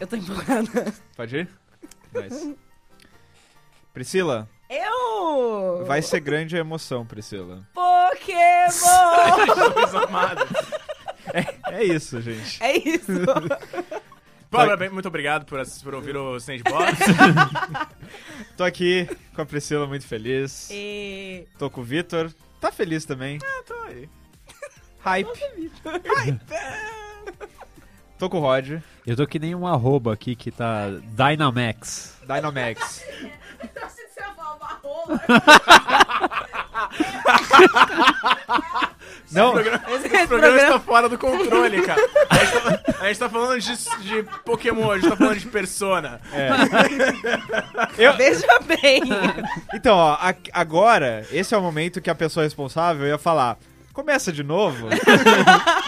Eu tô empolgada. Pode ir? Nice. Priscila, Eu! vai ser grande a emoção, Priscila. Pokémon! É, é isso, gente. é isso. Parabéns, muito obrigado por, ass- por ouvir o Sandbox. Tô aqui com a Priscila muito feliz. E... Tô com o Vitor. Tá feliz também. Tô aí. Hype. Tô com o Rod. Eu tô que nem um arroba aqui que tá Dynamax. Dynamax. Nossa, você vai uma rola. Não, Esse O programa está fora do controle, cara. A gente tá, a gente tá falando de, de Pokémon, a gente tá falando de Persona. é. Veja bem. então, ó, a- agora, esse é o momento que a pessoa responsável ia falar. Começa de novo,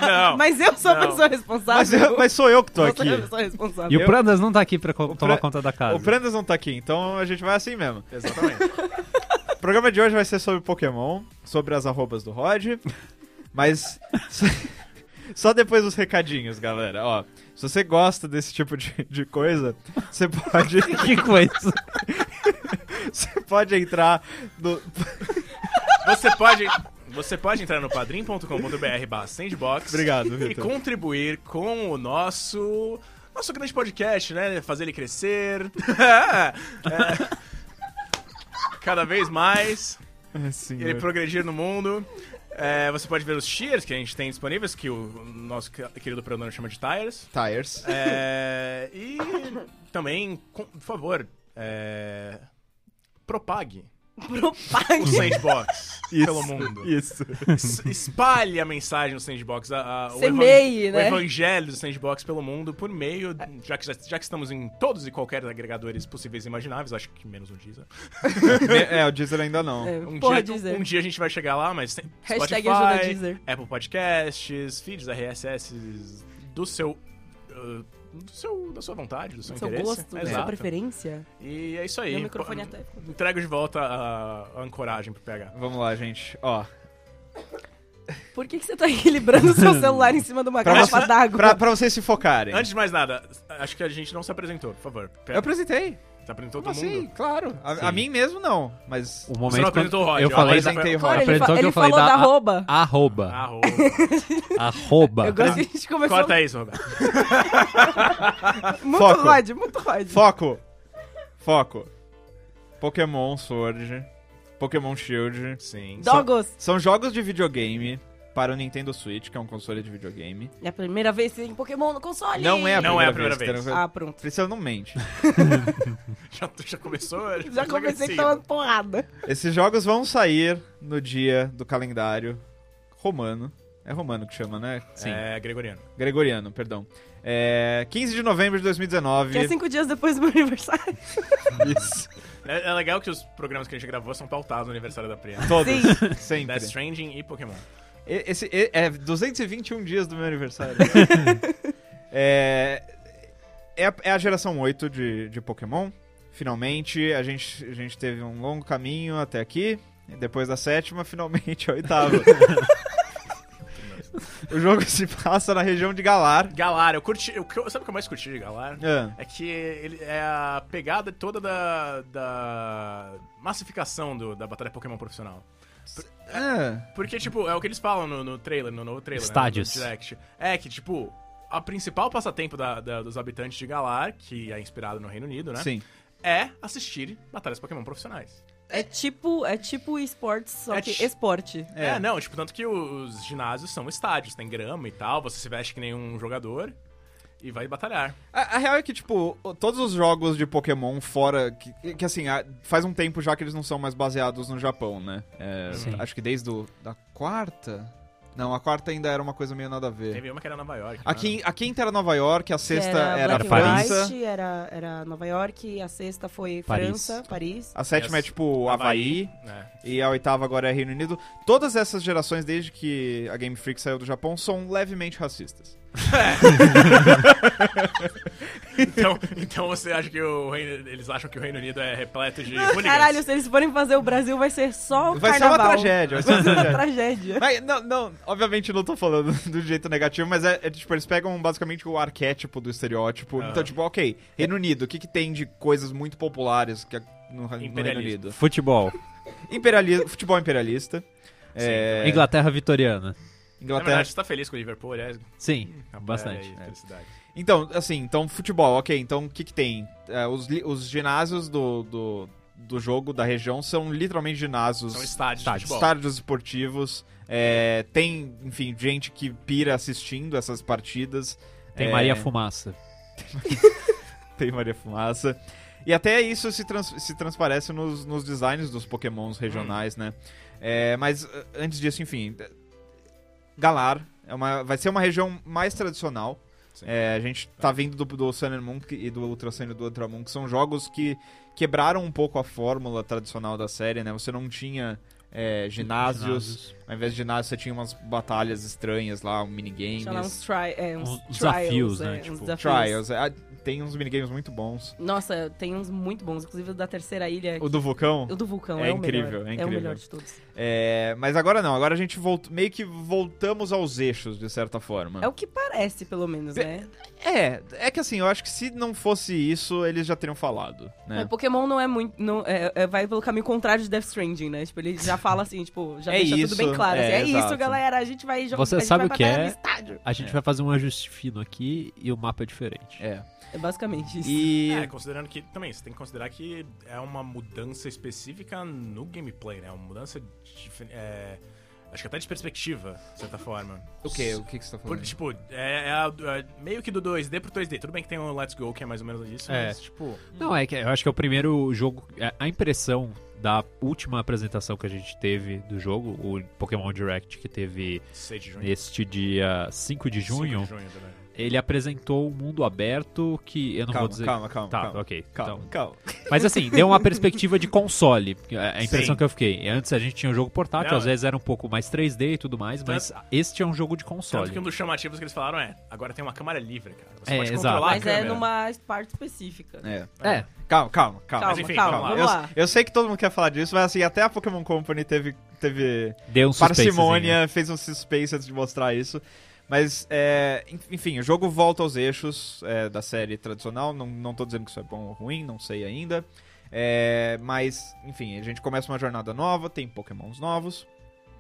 Não. Mas eu sou a Não. pessoa responsável. mas, eu- mas sou eu que tô Você aqui. é a pessoa E responsável. Eu- o Prandas não tá aqui pra co- tomar Pra- conta da casa. O Prandas não tá aqui, então a gente vai assim mesmo. Exatamente. O programa de hoje vai ser sobre Pokémon, sobre as arrobas do Rod, mas só- só depois dos recadinhos, galera. Ó, se você gosta desse tipo de, de coisa, você pode, Que coisa. você pode entrar no. Você pode, você pode entrar no padrim.com.br barra Sandbox. Obrigado, E Vitor. contribuir com o nosso... Nosso grande podcast, né? Fazer ele crescer. É. Cada vez mais. Ah, E ele senhor. progredir no mundo. É, você pode ver os cheers que a gente tem disponíveis, que o nosso querido Pronano chama de tires. Tires. É, e também, com- por favor, é, propague Um o Propague. Sandbox pelo mundo. Isso. Es- Espalhe a mensagem do Sandbox, a, a, o, Semeie, evan- né? o evangelho do Sandbox pelo mundo por meio, já que, já que estamos em todos e qualquer agregadores possíveis e imagináveis, acho que menos um Deezer. É, o Diesel ainda não. É, Um porra, dia, Deezer. um dia a gente vai chegar lá, mas tem Hashtag Spotify, ajuda Deezer. Apple Podcasts, feeds RSS do seu uh, do seu da sua vontade, do seu, Seu interesse. gosto, da sua Exato. preferência. E é isso aí. Meu microfone Pô, até ficou- Entrego de volta a, a ancoragem pro PH. Vamos lá, gente. Ó, Por que, que você tá equilibrando o seu celular em cima de uma Pra garrafa você- d'água? pra, pra vocês se focarem. Antes de mais nada, acho que a gente não se apresentou, por favor. Pe- Eu apresentei. Você apresentou Como todo mundo? assim? Claro. A, a Sim. mim mesmo não, mas. O não momento quando apresentou o Rod, eu ó, falei da Apresentei o Olha, Rod. ele, Apresentou fa- que ele eu falei falou da da- arroba. arroba. Ah, ô. Arroba. Eu gosto que a gente começou Corta isso, Roberto. muito Foco. Rod, muito Rod. Foco! Foco. Pokémon Sword, Pokémon Shield. Sim. Dogos. São jogos de videogame para o Nintendo Switch, que é um console de videogame. É a primeira vez que tem Pokémon no console. Não é a primeira, Não é a primeira vez. vez. Priscila- Ah, pronto. Priscila não mente. Já, já começou? Já começou comecei agressivo. tomando porrada. Esses jogos vão sair no dia do calendário romano. É romano que chama, né? É, Gregoriano. Gregoriano, perdão. É 15 de novembro de 2019. Que é cinco dias depois do meu aniversário. Isso. É, é legal que os programas que a gente gravou são pautados no aniversário da Priya. Todos. Sim. Sempre. Death Stranding e Pokémon. E- Esse, e- é 221 dias do meu aniversário. é, é, a- é a geração 8 de, de Pokémon. Finalmente, a gente, a gente teve um longo caminho até aqui. E Depois da sétima, finalmente a oitava. o jogo se passa na região de Galar. Galar, eu curti. o que eu- sabe o que eu mais curti de Galar? Ah, É que ele é a pegada toda da, da massificação do- da batalha Pokémon profissional. ah, Porque, tipo, é o que eles falam no, no trailer, no novo trailer. né, Estádios. no direct. É que, tipo, a principal passatempo da- da- dos habitantes de Galar, que é inspirado no Reino Unido, né? Sim. É assistir batalhas Pokémon profissionais. É tipo, é tipo esportes, só É que ti- esporte. É. não, tipo, tanto que os ginásios são estádios, tem grama e tal, você se veste que nem um jogador e vai batalhar. A, a real é que, tipo, o- todos os jogos de Pokémon fora. Que, que assim, a- faz um tempo já que eles não são mais baseados no Japão, né? É, Sim. acho que desde o, da quarta. Não, a quarta ainda era uma coisa meio nada a ver. Teve uma que era Nova York. A, quin- a quinta era Nova York, a sexta era, Black and Paris. França. White, era, era Nova York, a sexta foi Paris. França, Paris. A sétima Yes. é tipo Havaí, né? É. e a oitava agora é Reino Unido. Todas essas gerações, desde que a Game Freak saiu do Japão, são levemente racistas. Então, então você acha que o Reino, eles acham que o Reino Unido é repleto de hooligans? Caralho, se eles forem fazer o Brasil, vai ser só É o Vai ser uma carnaval. tragédia, vai ser uma Uma tragédia. tragédia. Mas, não, não, obviamente não tô falando do jeito negativo, mas é, é, tipo, eles pegam basicamente o arquétipo do estereótipo. Ah. Então, tipo, ok, Reino Unido, o que, que tem de coisas muito populares que é no, no Reino Imperialismo. Unido? Futebol. Imperialismo, futebol imperialista. é, Inglaterra vitoriana. Na Inglaterra. verdade, você tá feliz com o Liverpool, aliás? Sim, Rapaz, é bastante. aí, felicidade. Então, assim, então futebol, ok, então o que, que tem? É, os, li- os ginásios do, do, do jogo, da região, são literalmente ginásios. São estádios de futebol. estádios esportivos. é, tem, enfim, gente que pira assistindo essas partidas. Tem é, Maria Fumaça. Tem Maria Fumaça. E até isso se, trans- se transparece nos, nos designs dos pokémons regionais, né? É, mas eh, antes disso, enfim. eh, Galar é uma, vai ser uma região mais tradicional. Sim. É, a gente tá vindo do, do Sun and Moon que- e do Ultra Sun e do Ultra Moon, que são jogos que quebraram um pouco a fórmula tradicional da série, né? Você não tinha eh, Ah, ginásios, ao invés de ginásio você tinha umas batalhas estranhas lá, um minigames. Sei lá, uns, try, é, uns, Uns trials, desafios, é, né, uns tipo, desafios. Trials. Ah, tem uns minigames muito bons. Nossa, tem uns muito bons, inclusive o da terceira ilha. O do vulcão? O do vulcão É é, incrível, o melhor. é o incrível. melhor de todos. É, mas agora não, agora a gente voltou, meio que voltamos aos eixos, de certa forma. É o que parece, pelo menos, né? É, é que assim, eu acho que se não fosse isso, eles já teriam falado, né? Mas Pokémon não é muito. Não, é- é- vai pelo caminho contrário de Death Stranding, né? Tipo, ele já fala assim, tipo, já É deixa isso, tudo bem claro. assim, é, É, exato. isso, galera. A gente vai jogar. Você a gente sabe vai o pra que é? batalha no estádio. A gente vai fazer um ajuste fino aqui e o mapa é diferente. É. É basicamente isso. E É, considerando que. Também, você tem que considerar que é uma mudança específica no gameplay, né? Uma mudança. dife- é, acho que até de perspectiva, de certa forma. o que? O que que você tá Por, falando? tipo, é, é a- é meio que do 2D pro 3D. Tudo bem que tem o Let's Go, que é mais ou menos isso, É. mas, tipo. Não, é que eu acho que é o primeiro jogo. é, A impressão da última apresentação que a gente teve do jogo, o Pokémon Direct que teve 6 de junho. este dia 5 é de 5 junho, de junho também. ele apresentou um mundo aberto que eu não vou Calma, dizer. calma, calma, tá, calma. ok. Calma, então. calma. Mas assim, deu uma perspectiva de console. porque É a impressão Sim. que eu fiquei. Antes a gente tinha um jogo portátil, Não, às é. vezes era um pouco mais 3D e tudo mais, mas este é um jogo de console. Tanto que um dos chamativos que eles falaram é: agora tem uma câmera livre, cara. Você É, pode exato. controlar a Mas é câmera. numa parte específica. É. É, Calma, calma, calma. Calma, enfim, calma, calma. vamos Eu, lá. eu sei que todo mundo quer falar disso, mas assim, até a Pokémon Company teve, teve deu um suspensezinho. parcimônia, fez um suspense antes de mostrar isso. Mas, é, en- enfim, o jogo volta aos eixos é, da série tradicional. Não, não tô dizendo que isso é bom ou ruim, não sei ainda. É, mas, enfim, a gente começa uma jornada nova, tem pokémons novos.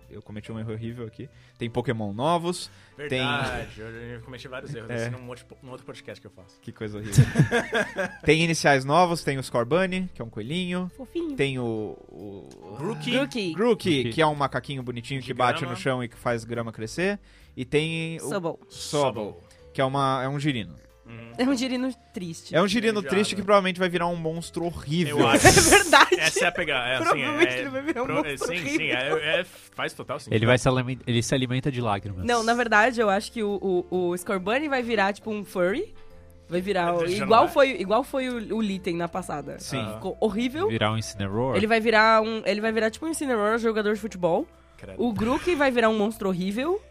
Eu cometi um erro horrível aqui. Tem pokémon novos. Verdade, eu eu cometi vários erros. É. Assim, num, outro, num outro podcast que eu faço. Que coisa horrível. tem iniciais novos, tem o Scorbunny, que é um coelhinho. Fofinho. Tem o... o... Rookie. Grookey. Grookey, Grookey. que é um macaquinho bonitinho De que bate grama. no chão e que faz grama crescer. E tem o Sobol. Sobble, que é, uma, é um girino. Uhum. É um girino triste. É um girino Idiota. triste que provavelmente vai virar um monstro horrível. Eu acho. É verdade. Essa é a pegar. É, assim, Provavelmente é, ele vai virar um pro- monstro Sim, sim. horrível. é- é- faz total sentido. Ele, vai se alimenta, ele se alimenta de lágrimas. Não, na verdade, eu acho que o, o, o Scorbunny vai virar, tipo, um furry. Vai virar. Ele já não Igual é. foi, igual foi o, o Litten na passada. Sim. Que Ficou horrível. Virar um Incineroar. Ele vai virar um. Ele vai virar tipo um Incineroar, jogador de futebol. Credo. O Grook vai virar um monstro horrível.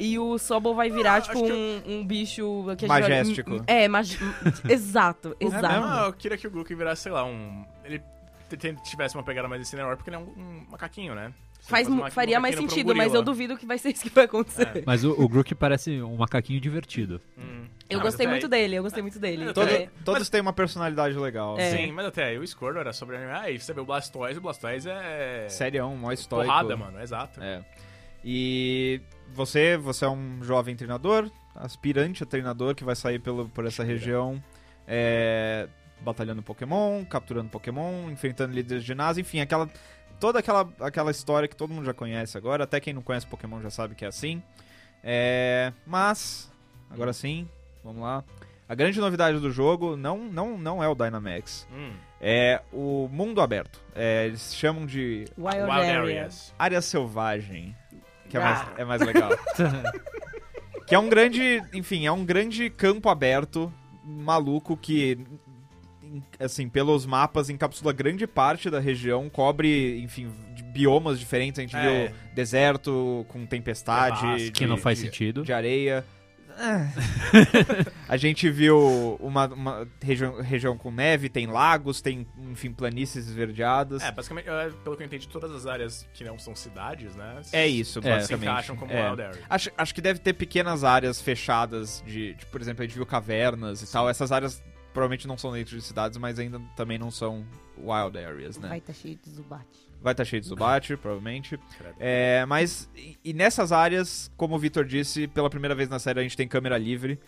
E o Sobol vai virar, Ah, acho tipo, que um, um bicho. Que a gente- Majestico. É, maj... exato, exato. mesmo? Ah, eu queria que o Grook virasse, sei lá, um. Ele t- t- tivesse uma pegada mais incinerador, porque ele é um, um macaquinho, né? Faz, Você faz um mu- maqui- faria mais macaquinho pra um sentido, mas gorila. eu duvido que vai ser isso que vai É. acontecer. Mas o, o Grook parece um macaquinho divertido. Hum. Eu Ah, mas gostei até muito aí- dele, eu gostei muito dele. Eu Todo- É, Todos têm uma personalidade legal. É. Sim, mas até aí o Squirtle era sobre anime. Ah, e você vê o Blastoise, o Blastoise é. Serião, mó um histórico. Porrada, mano, exato. É. E você, você é um jovem treinador, aspirante a treinador que vai sair pelo, por essa região é, batalhando Pokémon, capturando Pokémon, enfrentando líderes de ginásio, enfim, aquela toda aquela, aquela história que todo mundo já conhece agora, até quem não conhece Pokémon já sabe que é assim. É, mas, agora sim, vamos lá. A grande novidade do jogo não, não, não é o Dynamax, Hum. é o mundo aberto. É, eles chamam de Wild, Wild Area. Areas. área selvagem, que é Ah. mais, é mais legal. que é um grande, enfim, é um grande campo aberto, maluco, que, em- assim, pelos mapas encapsula grande parte da região, cobre, enfim, de biomas diferentes. A gente É. viu deserto com tempestade, Nevasca, de, que não faz de- sentido. de areia. A gente viu uma, uma região, região com neve, tem lagos, tem, enfim, planícies esverdeadas. É, basicamente, eh, pelo que eu entendi, todas as áreas que não são cidades, né? É isso, É, Se basicamente. encaixam como É. wild area. Acho, acho que deve ter pequenas áreas fechadas de, de, por exemplo, a gente viu cavernas e tal. Essas áreas provavelmente não são dentro de cidades, mas ainda também não são wild areas, né? Vai estar cheio de Zubat. Vai estar cheio de Zubat, provavelmente. Credo. É, mas, e, e nessas áreas, como o Vitor disse, pela primeira vez na série a gente tem câmera livre.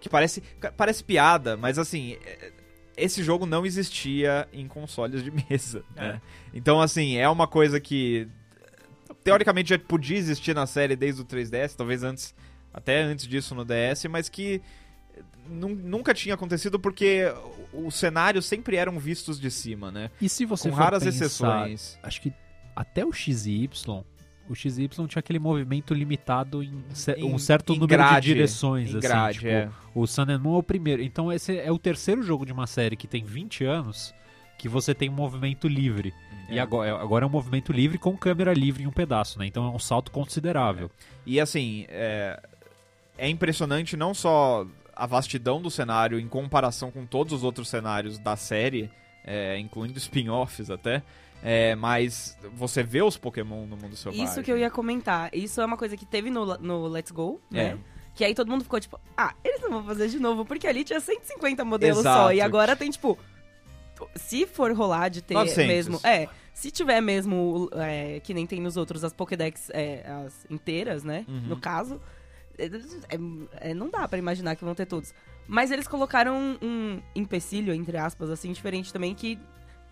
Que parece, ca- parece piada, mas assim, é- esse jogo não existia em consoles de mesa, né? Então, assim, é uma coisa que teoricamente já podia existir na série desde o 3DS, talvez antes, até antes disso no DS, mas que nun- nunca tinha acontecido porque o- os cenários sempre eram vistos de cima, né? E se você Com for raras pensar, exceções. Acho que até o XY, o XY tinha aquele movimento limitado em, ce- Em- um certo em número grade, de direções, em assim, grade, tipo, é. O Sun and Moon é o primeiro. Então esse é o terceiro jogo de uma série que tem 20 anos que você tem um movimento livre. E agora, agora é um movimento livre com câmera livre em um pedaço, né? Então é um salto considerável. E assim, é, é impressionante não só a vastidão do cenário em comparação com todos os outros cenários da série, é, incluindo spin-offs até, é, mas você vê os Pokémon no mundo selvagem. Isso que eu ia comentar. Isso é uma coisa que teve no, no Let's Go, né? É. Que aí todo mundo ficou tipo, ah, eles não vão fazer de novo, porque ali tinha 150 modelos só. Exato. E agora tem, tipo. Se for rolar de ter 900. mesmo. É. Se tiver mesmo, é, que nem tem nos outros, as Pokédex é, as inteiras, né? Uhum. No caso. é- é- não dá pra imaginar que vão ter todos. Mas eles colocaram um, um empecilho, entre aspas, assim, diferente também, que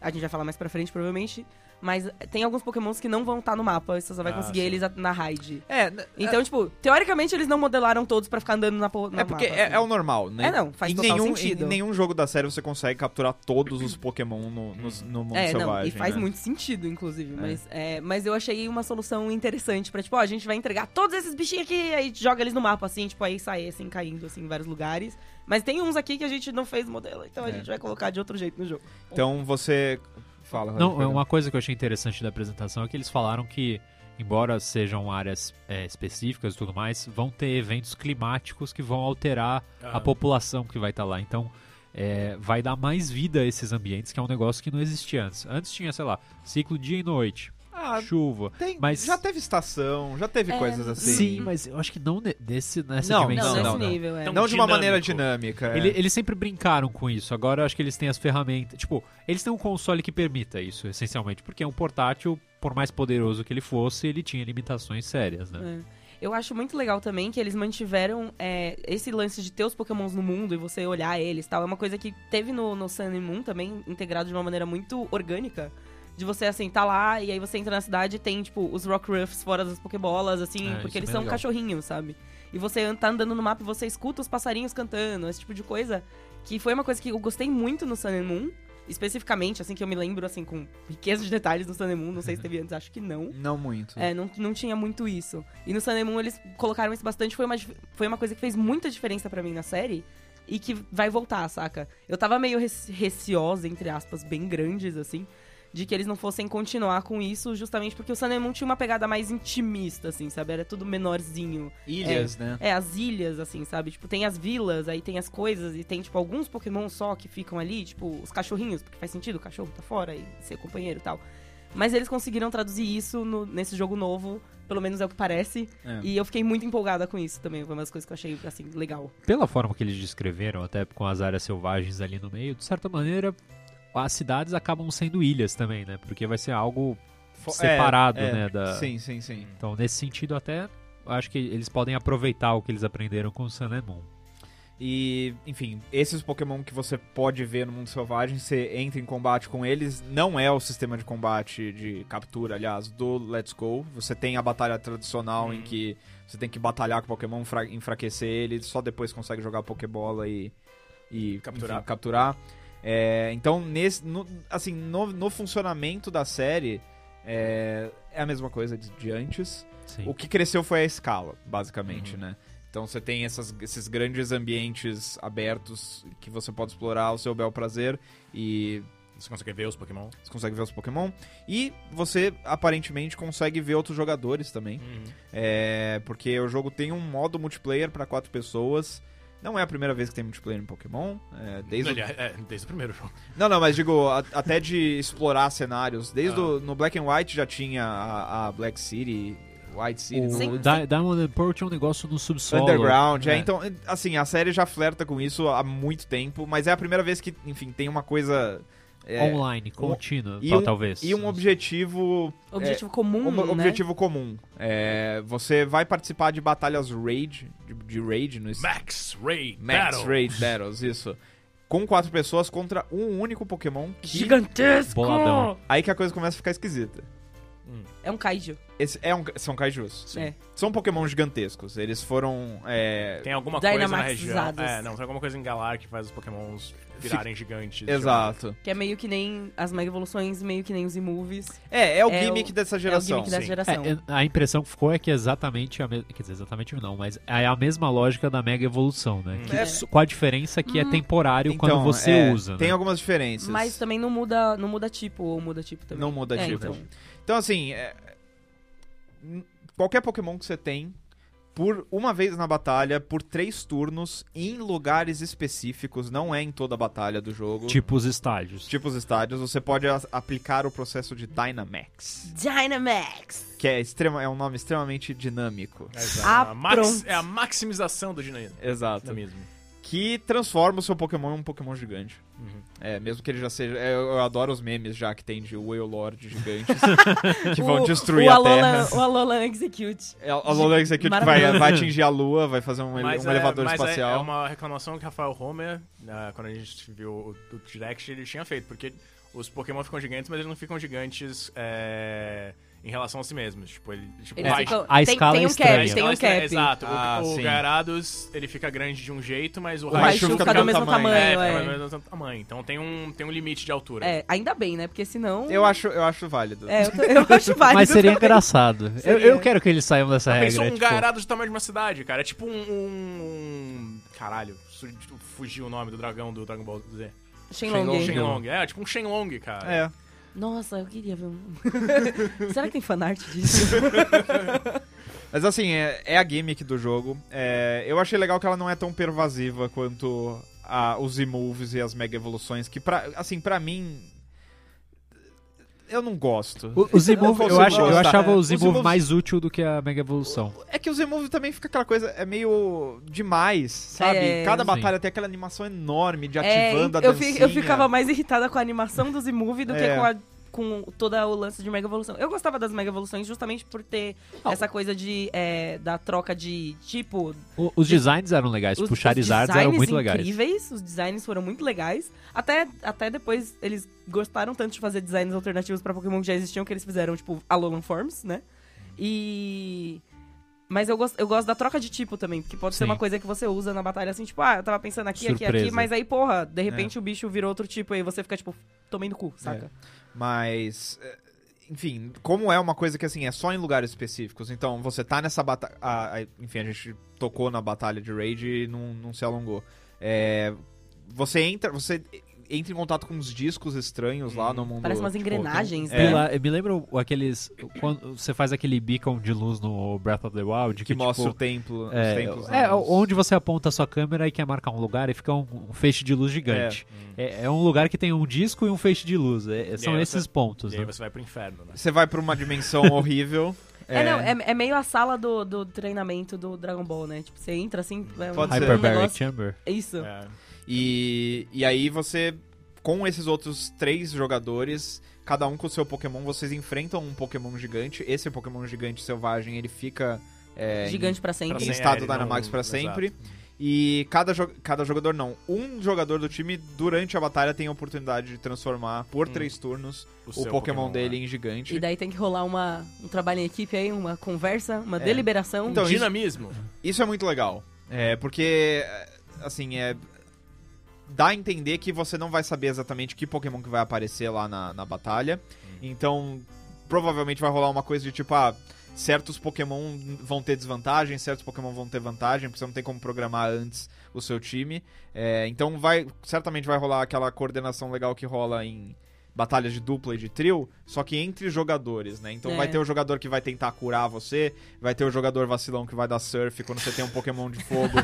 a gente vai falar mais pra frente, provavelmente. Mas tem alguns pokémons que não vão estar no mapa, você só vai Ah, conseguir sim. eles a- na raid. É, n- Então, tipo, teoricamente eles não modelaram todos pra ficar andando na po- no é porque mapa, é, assim. é o normal, né? É, não, faz em total nenhum, sentido. Em nenhum jogo da série você consegue capturar todos os Pokémon no, no- no mundo É, selvagem. não, e faz né? muito sentido, inclusive. Mas, é, mas eu achei uma solução interessante pra, tipo, ó, a gente vai entregar todos esses bichinhos aqui, aí joga eles no mapa, assim, tipo, aí sai, assim, caindo, assim, em vários lugares. Mas tem uns aqui que a gente não fez modelo, então a É. gente vai colocar de outro jeito no jogo. Então você. Fala, Não, Rodrigo. é uma coisa que eu achei interessante da apresentação é que eles falaram que, embora sejam áreas é, específicas e tudo mais, vão ter eventos climáticos que vão alterar Ah, a população que vai estar lá. Então, é, vai dar mais vida a esses ambientes, que é um negócio que não existia antes. Antes tinha, sei lá, ciclo dia e noite, Ah, chuva. tem, mas- já teve estação, já teve É, coisas assim. Sim. mas eu acho que não ne- desse, nessa Não, dimensão. Não, nesse não, não. nível, é. Então, Não de uma Dinâmico. maneira dinâmica. é. Ele- eles sempre brincaram com isso. Agora eu acho que eles têm as ferramentas. Tipo, eles têm um console que permita isso, essencialmente. Porque é um portátil, por mais poderoso que ele fosse, ele tinha limitações sérias, né? É. Eu acho muito legal também que eles mantiveram é, esse lance de ter os pokémons no mundo e você olhar eles e tal. É uma coisa que teve no, no Sun and Moon também, integrado de uma maneira muito orgânica. De você, assim, tá lá e aí você entra na cidade e tem, tipo, os Rock Ruffs fora das pokebolas, assim, É, isso porque é eles bem são legal. cachorrinhos, sabe? E você an- tá andando no mapa e você escuta os passarinhos cantando, esse tipo de coisa. Que foi uma coisa que eu gostei muito no Sun and Moon, especificamente, assim, que eu me lembro, assim, com riqueza de detalhes no Sun and Moon. Não sei se teve antes, acho que não. Não muito. É, não, não tinha muito isso. E no Sun and Moon eles colocaram isso bastante. Foi uma, dif- foi uma coisa que fez muita diferença pra mim na série. E que vai voltar, saca? Eu tava meio rece- receosa, entre aspas, bem grandes, assim. De que eles não fossem continuar com isso, justamente porque o Sun and Moon tinha uma pegada mais intimista, assim, sabe? Era tudo menorzinho. Ilhas, né? É, as ilhas, assim, sabe? Tipo, tem as vilas, aí tem as coisas, e tem, tipo, alguns Pokémon só que ficam ali, tipo, os cachorrinhos, porque faz sentido, o cachorro tá fora e ser companheiro e tal. Mas eles conseguiram traduzir isso no- nesse jogo novo, pelo menos é o que parece. É. E eu fiquei muito empolgada com isso também. Foi uma das coisas que eu achei, assim, legal. Pela forma que eles descreveram, até com as áreas selvagens ali no meio, de certa maneira, as cidades acabam sendo ilhas também, né? Porque vai ser algo Fo- separado, é, é. né? Da... Sim, sim, sim. Então, nesse sentido, até acho que eles podem aproveitar o que eles aprenderam com o Sun and Moon. E, enfim, esses Pokémon que você pode ver no mundo selvagem, você entra em combate com eles. Não é o sistema de combate, de captura, aliás, do Let's Go. Você tem a batalha tradicional em que você tem que batalhar com o Pokémon, fra- enfraquecer ele, só depois consegue jogar Pokébola e, e Capturar. enfim, capturar. É, então, nesse, no, assim, no, no funcionamento da série, é, é a mesma coisa de- de antes. Sim. O que cresceu foi a escala, basicamente, Uhum. né? Então você tem essas- esses grandes ambientes abertos que você pode explorar ao seu bel prazer e Você consegue ver os Pokémon? Você consegue ver os Pokémon. E você, aparentemente, consegue ver outros jogadores também. Hum. É, porque o jogo tem um modo multiplayer pra quatro pessoas. Não é a primeira vez que tem multiplayer em Pokémon. é, desde o- Aliás, é, desde o primeiro jogo. Não, não, mas digo, a- até de explorar cenários. Desde o, Ah. no Black and White já tinha a, a Black City, White City, O no- Sim. Di- Diamond and Pearl tinha um negócio no subsolo. Underground. É. É. Então, assim, a série já flerta com isso há muito tempo, mas é a primeira vez que, enfim, tem uma coisa... é, Online, contínua, e tal- um- talvez. E um objetivo Objetivo assim. comum, Um né? objetivo comum. É, você vai participar de batalhas raid, de, de raid no Max Raid Max Battle. Raid Battles, isso. Com quatro pessoas contra um único Pokémon. Que, Gigantesco! Boladão. Aí que a coisa começa a ficar esquisita. É um kaiju. Esse é um- são kaijus. É. São Pokémon gigantescos. Eles foram. é, Tem alguma coisa na região. Dynamaxizados. É, não, tem alguma coisa em Galar que faz os Pokémons virarem gigantes. Exato. Que é meio que nem as Mega Evoluções, meio que nem os e-movies. É, é o É gimmick o- dessa É o geração. gimmick da sim. geração. É, é, a impressão que ficou é que é exatamente a mesma. Quer dizer, exatamente não, mas é a mesma lógica da Mega Evolução, né? Que É. s- com a diferença que é Hum. temporário Então, quando você é, usa. Tem né? algumas diferenças. Mas também não muda, não muda tipo, ou muda tipo também. Não muda É, tipo. então. Então, assim, é, n- qualquer Pokémon que você tem, por uma vez na batalha, por três turnos, em lugares específicos, não é em toda a batalha do jogo. Tipo os estágios. Tipo os estádios, você pode a- aplicar o processo de Dynamax, Dynamax! que é, extrema, é um nome extremamente dinâmico. Exato. Ah, a max, pronto. é a maximização do dinamismo. Exato. dinamismo. Que transforma o seu Pokémon em um Pokémon gigante. Uhum. É, mesmo que ele já seja. é, Eu, eu adoro os memes já que tem de Whale Lord gigantes que vão O- destruir o a Alolan, Terra. O Alolan Execute. É, A Lola Execute vai, Maravilhoso. vai atingir a Lua, vai fazer um, ele- um é- elevador mas é- espacial. É, uma reclamação que Rafael Homer, ah, quando a gente viu o, o direct, ele tinha feito, porque os Pokémon ficam gigantes, mas eles não ficam gigantes é, em relação a si mesmos. Tipo, ele, tipo, Eles vai- ficam- a tem, escala tem é um estranha. cap, tem Então, um isso é- cap. Exato. O- Ah, o sim. Gyarados, ele fica grande de um jeito, mas o, Raichu Raichu fica fica do mesmo tamanho, É, é. fica mais ou menos do mesmo tamanho. Então tem um, tem um limite de altura. É, ainda bem, né? Porque senão... Eu, acho, eu acho válido. É, eu, tô- eu acho válido. Mas seria também. engraçado. Eu, Seria. eu quero que eles saiam dessa É, Pensa né, regra. um tipo, Gyarados do tamanho de uma cidade, cara. É tipo um... um- Caralho, su- tipo, fugiu o nome do dragão do Dragon Ball Z. Shenlong. Shenlong. Shenlong. É, tipo um Shenlong, cara. É. Nossa, eu queria ver um... Será que tem fanart disso? Mas assim, é, é a gimmick do jogo. É, eu achei legal que ela não é tão pervasiva quanto a- os e-moves e as mega evoluções, que pra, assim, pra mim. Eu não gosto. o- Os não Zimove, eu, consigo acho- eu gostar. achava É, o os Zimove Zimove- mais útil do que a Mega Evolução. É que os e-moves também fica aquela coisa, é meio demais, sabe? É. Cada Sim. batalha tem aquela animação enorme de É, ativando a eu, dancinha. fi- eu ficava mais irritada com a animação dos e-movie do É. que com a- com toda o lance de Mega Evolução. Eu gostava das Mega Evoluções justamente por ter essa coisa de é, da troca de tipo. O- os designs eram legais, Os, os, os Charizards eram designs muito legais. incríveis, os designs foram muito legais. Até, até depois eles gostaram tanto de fazer designs alternativos pra Pokémon que já existiam que eles fizeram, tipo, Alolan Forms, né? E. Mas eu gosto, eu gosto da troca de tipo também, porque pode ser Sim. uma coisa que você usa na batalha assim, tipo, ah, eu tava pensando aqui, aqui, Surpresa. aqui, mas aí, porra, de É. repente o bicho virou outro tipo, aí você fica, tipo, tomei no cu, saca? Mas, eh, enfim, como é uma coisa que assim é só em lugares específicos, então você tá nessa batalha. Enfim, a gente tocou na batalha de Raid e não, não se alongou. É, você entra. Você entra em contato com uns discos estranhos lá no mundo. Hum, Parece umas tipo, engrenagens, tem- né? é, Pila- eu me lembro aqueles. Quando você faz aquele beacon de luz no Breath of the Wild. Que, que mostra tipo, o templo. os É, templos é, lá, os- onde você aponta a sua câmera e quer marcar um lugar e fica um, um feixe de luz gigante. É, é um lugar que tem um disco e um feixe de luz. É- é- são aí você- esses pontos. E aí Né? você vai pro inferno, né? Você vai pra uma dimensão horrível. É, não, é, é meio a sala do, do treinamento do Dragon Ball, né? Tipo, você entra assim, é um, Pode ser. um Hyperbaric negócio. Chamber. É isso. É. E, e aí você, com esses outros três jogadores, cada um com o seu Pokémon, vocês enfrentam um Pokémon gigante. Esse Pokémon gigante selvagem, ele fica... é, Gigante pra Pra sempre. Em sempre, É, estado ele Dynamax não- pra exato. sempre. E cada, jo- cada jogador não. Um jogador do time, durante a batalha, tem a oportunidade de transformar, por três turnos, Hum. o, seu Pokémon, né? dele em gigante. E daí tem que rolar uma, um trabalho em equipe aí, uma conversa, uma deliberação. Então, isso- Dinamismo. Isso é muito legal. É, porque, assim, é. Dá a entender que você não vai saber exatamente que Pokémon que vai aparecer lá na, na batalha. Então, provavelmente vai rolar uma coisa de tipo, ah, certos Pokémon vão ter desvantagem, certos Pokémon vão ter vantagem, porque você não tem como programar antes o seu time. É, então vai. Certamente vai rolar aquela coordenação legal que rola em. batalhas de dupla e de trio, só que entre jogadores, né? Então É. vai ter o jogador que vai tentar curar você, vai ter o jogador vacilão que vai dar surf quando você tem um Pokémon de fogo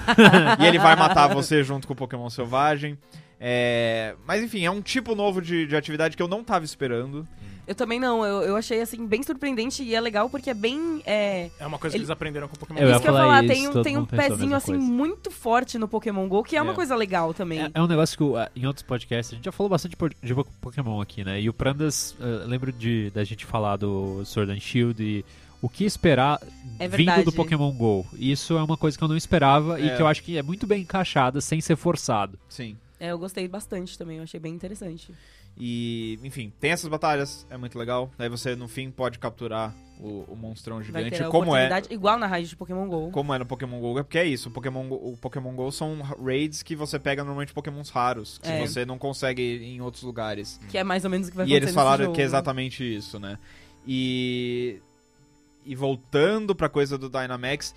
e ele vai matar você junto com o Pokémon selvagem. É, Mas enfim, é um tipo novo de, de atividade que eu não tava esperando. Eu também não, eu, eu achei assim bem surpreendente e é legal porque é bem. É... É uma coisa Ele- que eles aprenderam com o Pokémon. Eu ia isso que eu ia falar falar, isso, tem um, todo tem um mundo pensou a mesma pezinho assim coisa. muito forte no Pokémon GO, que é uma É. coisa legal também. É, é um negócio que o- ah, em outros podcasts a gente já falou bastante po- de po- Pokémon aqui, né? E o Prandas, ah, lembro de da gente falar do Sword and Shield e o que esperar É vindo verdade. do Pokémon GO. Isso é uma coisa que eu não esperava É. e que eu acho que é muito bem encaixada sem ser forçado. Sim. É, eu gostei bastante também, eu achei bem interessante. E, enfim, tem essas batalhas, é muito legal. Daí você, no fim, pode capturar o, o monstrão Vai gigante, ter a como é. oportunidade, igual na raid de um. Pokémon GO. Como é no Pokémon GO, é porque é isso. O Pokémon Go, o Pokémon Go são raids que você pega normalmente Pokémons raros, que É. você não consegue em outros lugares. Que é mais ou menos o que vai E acontecer eles nesse falaram jogo. que é exatamente isso, né? E. E voltando pra coisa do Dynamax,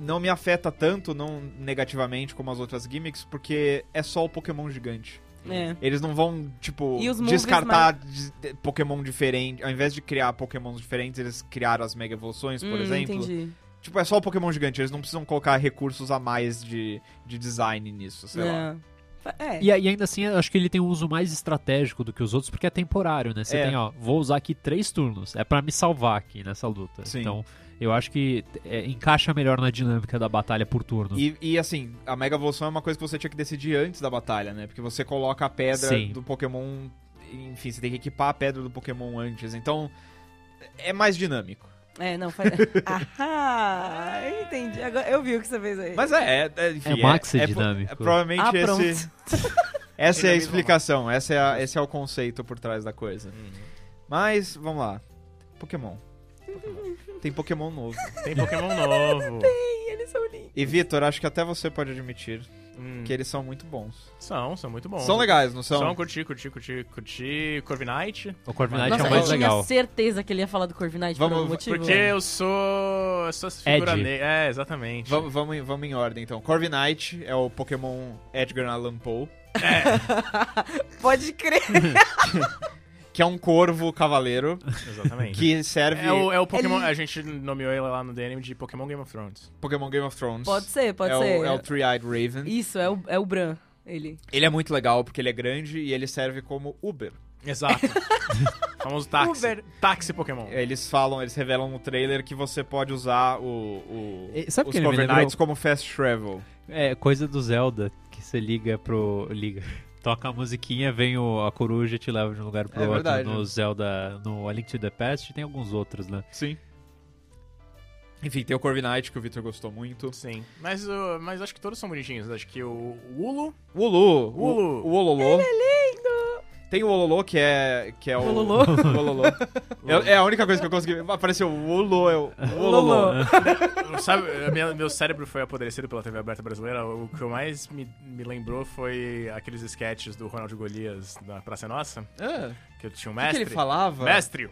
não me afeta tanto, não negativamente como as outras gimmicks, porque é só o Pokémon gigante. É. Eles não vão, tipo, E os moves descartar de- de- Pokémon diferente. Ao invés de criar Pokémons diferentes, eles criaram as Mega Evoluções, por Hum, exemplo. Entendi. Tipo, é só o Pokémon gigante, eles não precisam colocar recursos a mais de, de design nisso, sei lá. É. É. E, a- e ainda assim, eu acho que ele tem um uso mais estratégico do que os outros, porque é temporário, né? Você É. tem, ó, vou usar aqui três turnos, é pra me salvar aqui nessa luta. Sim. Então, eu acho que é, encaixa melhor na dinâmica da batalha por turno. E, e, assim, a Mega Evolução é uma coisa que você tinha que decidir antes da batalha, né? Porque você coloca a pedra Sim. do Pokémon. Enfim, você tem que equipar a pedra do Pokémon antes. Então, é mais dinâmico. É, não, faz. Ahá! Eu entendi. Agora eu vi o que você fez aí. Mas é, é, é, enfim, É max é, dinâmico. é provavelmente ah, pronto. esse, essa é a Dinamismo explicação, essa é a- esse é o conceito por trás da coisa. Uhum. Mas, vamos lá. Pokémon. Tem Pokémon novo. Tem Pokémon novo. Sim, eles são lindos. E Vitor, acho que até você pode admitir Hum, que eles são muito bons. São, são muito bons. São legais, não são? São, curti, curti, curti, curti. Corviknight. O Corviknight Nossa, é o eu mais eu legal. tinha certeza que ele ia falar do Corviknight por Vamos- algum motivo. Porque eu sou. Eu sou essa figura Ed. negra. É, exatamente. Vamos, vamos, em- vamos em ordem então. Corviknight é o Pokémon Edgar Allan Poe, Pode crer. que é um corvo cavaleiro Exatamente. que serve É o, é o Pokémon. A gente nomeou ele lá no DNM de Pokémon Game of Thrones. Pokémon Game of Thrones. Pode ser, pode é ser. O, é o Three-Eyed Raven. Isso, é o, é o Bran, ele. Ele é muito legal porque ele é grande e ele serve como Uber. Exato. Um É. famoso táxi. Uber. Táxi Pokémon. Eles falam, eles revelam no trailer que você pode usar o, o E sabe os que ele me Corviknights como fast travel. É, coisa do Zelda, que você liga pro. Liga. Toca a musiquinha, vem o- a coruja e te leva de um lugar pro É outro. verdade. No Zelda, no A Link to the Past, tem alguns outros, né? Sim. Enfim, tem o Corviknight que o Victor gostou muito. Sim. Mas, uh, mas acho que todos são bonitinhos. Acho que o o Ulu. O Ulu, Ulu. o, o Ololô. Tem o Ololô, que é, que é o... Ololô. O Ololô. É, é a única coisa que eu consegui... Apareceu o Ololô, é o o Ololô. Sabe, a minha- meu cérebro foi apodrecido pela TV aberta brasileira. O que eu mais me, me lembrou foi aqueles sketches do Ronald Golias na Praça é Nossa, Ah, que eu tinha um o que que, mestre. ele falava? Mestre!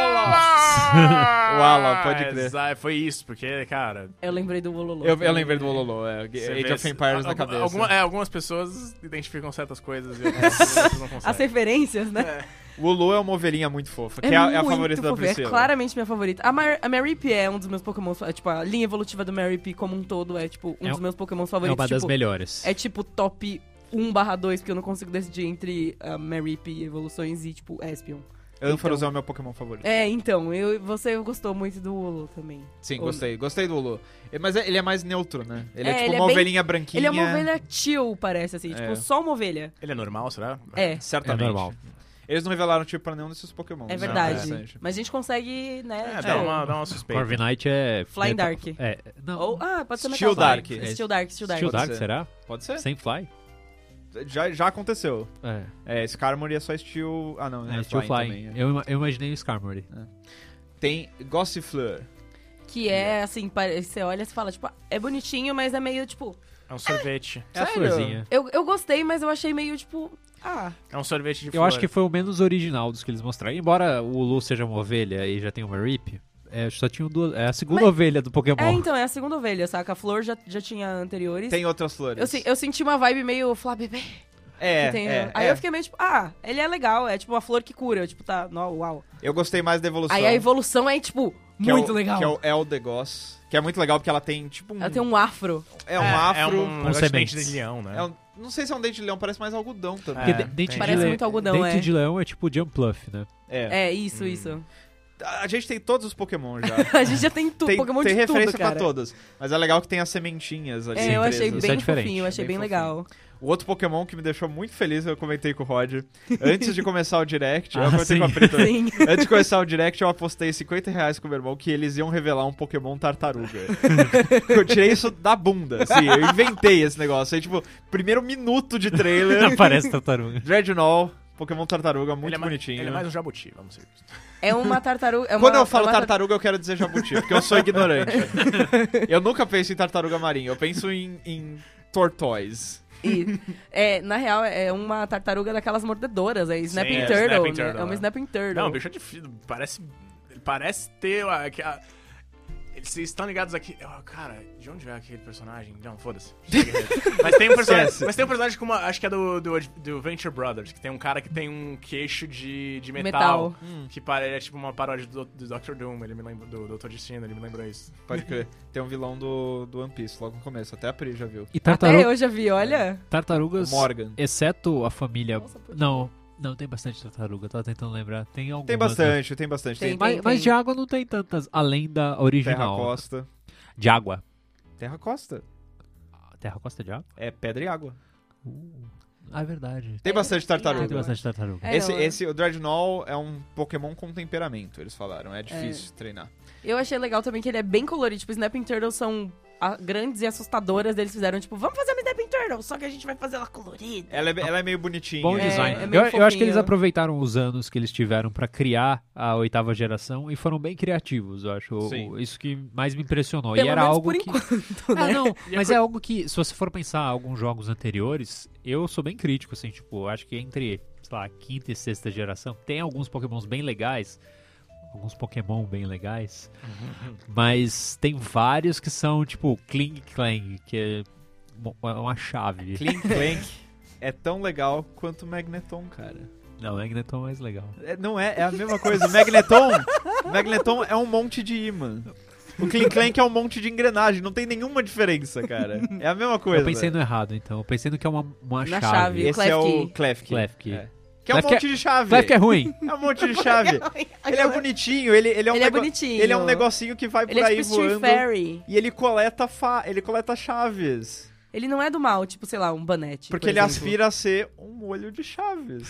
Uau! Uala, pode crer. Exa- Foi isso, porque, cara. Eu lembrei do Wololô. Eu, eu lembrei do Ololô, é. você Age vê- of Empires na al- cabeça. alguma- é, algumas pessoas identificam certas coisas e algumas outras não As conseguem. referências, né? O Ololô é uma ovelhinha muito fofa, que é, a- é a muito favorita da fofa, Priscila. É claramente minha favorita. A, Mar a Mary P é um dos meus Pokémon. É, tipo, a linha evolutiva do Mary P como um todo é, tipo, um É dos um- meus Pokémon É favoritos. uma das tipo, melhores. É tipo top 1 barra 2, porque eu não consigo decidir entre a Mary P Evoluções e, tipo, Espion. Ânforos é o meu Pokémon favorito. É, então, eu, você gostou muito do Olo também. Sim, Ou- gostei. Gostei do Ulu. É, Mas é- ele é mais neutro, né? Ele é, É, tipo ele é uma bem- ovelhinha branquinha. Ele é uma ovelha chill, parece, assim. É. Tipo, só uma ovelha. Ele é normal, será? É. É Certamente. normal. Eles não revelaram tipo pra nenhum desses Pokémon. É né? verdade. Interessante. Mas a gente consegue, né? É, tipo, dá, uma, dá uma suspeita. Corviknight é. Flying é- Dark. É. Não. Ou, ah, pode ser Steel Metal Slide. Dark. É Steel Dark, Steel Dark. É. Steel Pode Dark, ser. será? Pode ser? Sem Fly? Já, já aconteceu. É. É, Skarmory é só Steel... Ah, não. É, é Steel Flying Fly. também, é. Eu, ima- eu imaginei o Skarmory. Tem Gossifleur. Que é, assim, pare- você olha e você fala, tipo, ah, é bonitinho, mas é meio, tipo... É um sorvete. É a Sério? florzinha. Eu, eu gostei, mas eu achei meio, tipo... Ah, É um sorvete de Eu acho que flor. foi o menos original dos que eles mostraram. Embora o Lu seja uma ovelha e já tenha uma Rip, é, só tinha duas. É a segunda Mas- ovelha do Tá Pokémon. é, então, é a segunda ovelha, saca? A flor já, já tinha anteriores. Tem outras flores. Eu, se- eu senti uma vibe meio Flá Bebê. É, que tem. é, né? Aí é. eu fiquei meio tipo, ah, ele é legal, é tipo uma flor que cura, tipo, tá, no, uau. Eu gostei mais da evolução. Aí a evolução é, tipo, que é muito o- legal. Que é o Eldegoss. Que é muito legal porque ela tem, tipo, um. Ela tem um afro. É um afro. É um, negócio de dente sementes. de leão, né? é um- Não sei se é um dente de leão, parece mais algodão também. Porque É, de- dente de tem. Parece leão- muito algodão, Dente é. de leão é tipo jump bluff, né? É. É, isso, isso. A a gente tem todos os Pokémon já. A gente já tem tudo, tem Pokémon tem de referência tudo, cara. pra todos. Mas é legal que tem as sementinhas ali. É, eu achei presas. Isso é bem diferente, fofinho, eu achei é bem, bem legal. O outro Pokémon que me deixou muito feliz, eu comentei com o Rod. Antes de começar o direct, eu Ah, comentei sim. com a Preta. Sim. Antes de começar o direct, eu apostei 50 reais com o meu irmão que eles iam revelar um Pokémon tartaruga. eu tirei isso da bunda, assim, eu inventei esse negócio. Aí, tipo, primeiro minuto de trailer, Parece tartaruga. Dreadnought, Pokémon tartaruga, muito Ele é mais- bonitinho. Ele é mais um jabuti, vamos ver. É uma tartaruga. é uma- Quando eu falo é uma tar- tartaruga, eu quero dizer jabuti, porque eu sou ignorante. eu nunca penso em tartaruga marinha, eu penso em, em tortoise. E, é, na real, é uma tartaruga daquelas mordedoras, é Snapping é, Turtle. snapping né? turtle, É uma é. Snapping Turtle. Não, o bicho é difícil. Parece. Ele parece ter. A, que a- eles vocês estão ligados aqui. Ah, cara, de onde é aquele personagem? Não, foda-se. Chega. mas, tem um personagem, Esquece. mas tem um personagem com uma. Acho que é do, do, Ad- do Venture Brothers, que tem um cara que tem um queixo de, de metal. Metal. Hum. Que parece é tipo uma paródia do, do Dr. Doom, ele me lembra, do Dr. Destino, ele me lembrou isso. Pode crer. Tem um vilão do, do One Piece logo no começo, até a Pri já viu. E Até tartaru- eu já vi, olha. tartarugas, Morgan. exceto a família... Nossa, putz. Não, não, tem bastante tartaruga, tava tentando lembrar. Tem algumas. Tem né? bastante, tem bastante. Tem, Tem Mas, mas de água não tem tantas, além da Terra original. Costa. De água. Terra Costa. Terra Costa de água? É pedra e água. Uh, ah, é verdade. Tem É, bastante tem Tem, tartaruga. água. bastante tartaruga. É, Esse, eu- esse, o Dreadnought é um Pokémon com temperamento, eles falaram. É difícil treinar. Eu achei legal também que ele é bem colorido. Tipo, Snapping Turtles são a- grandes e assustadoras. Eles fizeram, tipo, vamos fazer uma Snapping Turtle, só que a gente vai fazer ela colorida. Ela é, ela é meio bonitinha. Bom É, design. é meio eu, eu acho que eles fofinho. aproveitaram os anos que eles tiveram pra criar a oitava geração e foram bem criativos, eu acho. O- Sim. o- Isso que mais me impressionou. Pelo e era menos algo por que... enquanto, Ah, né? não, E a mas coi- é algo que, se você for pensar alguns jogos anteriores, eu sou bem crítico, assim, tipo, eu acho que entre, sei lá, quinta e sexta geração, tem alguns pokémons bem legais, alguns pokémon bem legais, mas tem vários que são, tipo, Kling Klang, que é mo- é uma chave. Clink Clank é tão legal quanto o Magneton, cara. Não, Magneton é mais legal. É, não é, é a mesma coisa. O Magneton, o Magneton é um monte de imã. O Clink Clank é um monte de engrenagem. Não tem nenhuma diferença, cara. É a mesma coisa. eu pensei no errado, então. Eu pensei no que é uma, uma Na chave. chave. Esse é o Klefki. Klefki. É. Que é um Klefki é- monte de chave. Klefki é ruim. É um monte de chave. Ele é bonitinho, ele, ele é um Ele é nego- bonitinho. Ele é um negocinho que vai por Ele é aí tipo Street voando. Fairy. E ele coleta fa... ele coleta chaves. Ele não é do mal, tipo, sei lá, um banete. Porque por ele exemplo. aspira a ser um molho de chaves.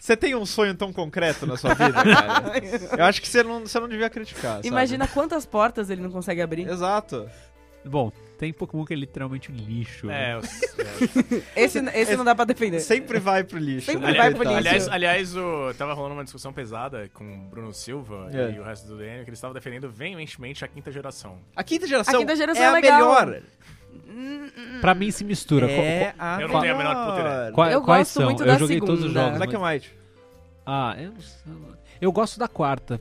Você tem um sonho tão concreto na sua vida, cara? Eu acho que você não, você não devia criticar. sabe? Imagina quantas portas ele não consegue abrir. Exato. Bom, tem Pokémon que é literalmente um lixo. né? É, eu, Esse, esse não dá pra defender. Sempre vai pro lixo. Sempre né, vai pro coitado? lixo. Aliás, aliás o, tava rolando uma discussão pesada com o Bruno Silva É. e o resto do DN, que eles estavam defendendo veementemente a quinta geração. A quinta geração, A quinta geração é, é legal. a melhor. Pra mim se mistura. Co- É a Eu não tenho a menor melhor. é puta ideia. co- qua- Eu quais gosto são? muito eu da joguei todos os segunda. jogos. Black and White. Ah, eu não sei. Eu gosto da quarta,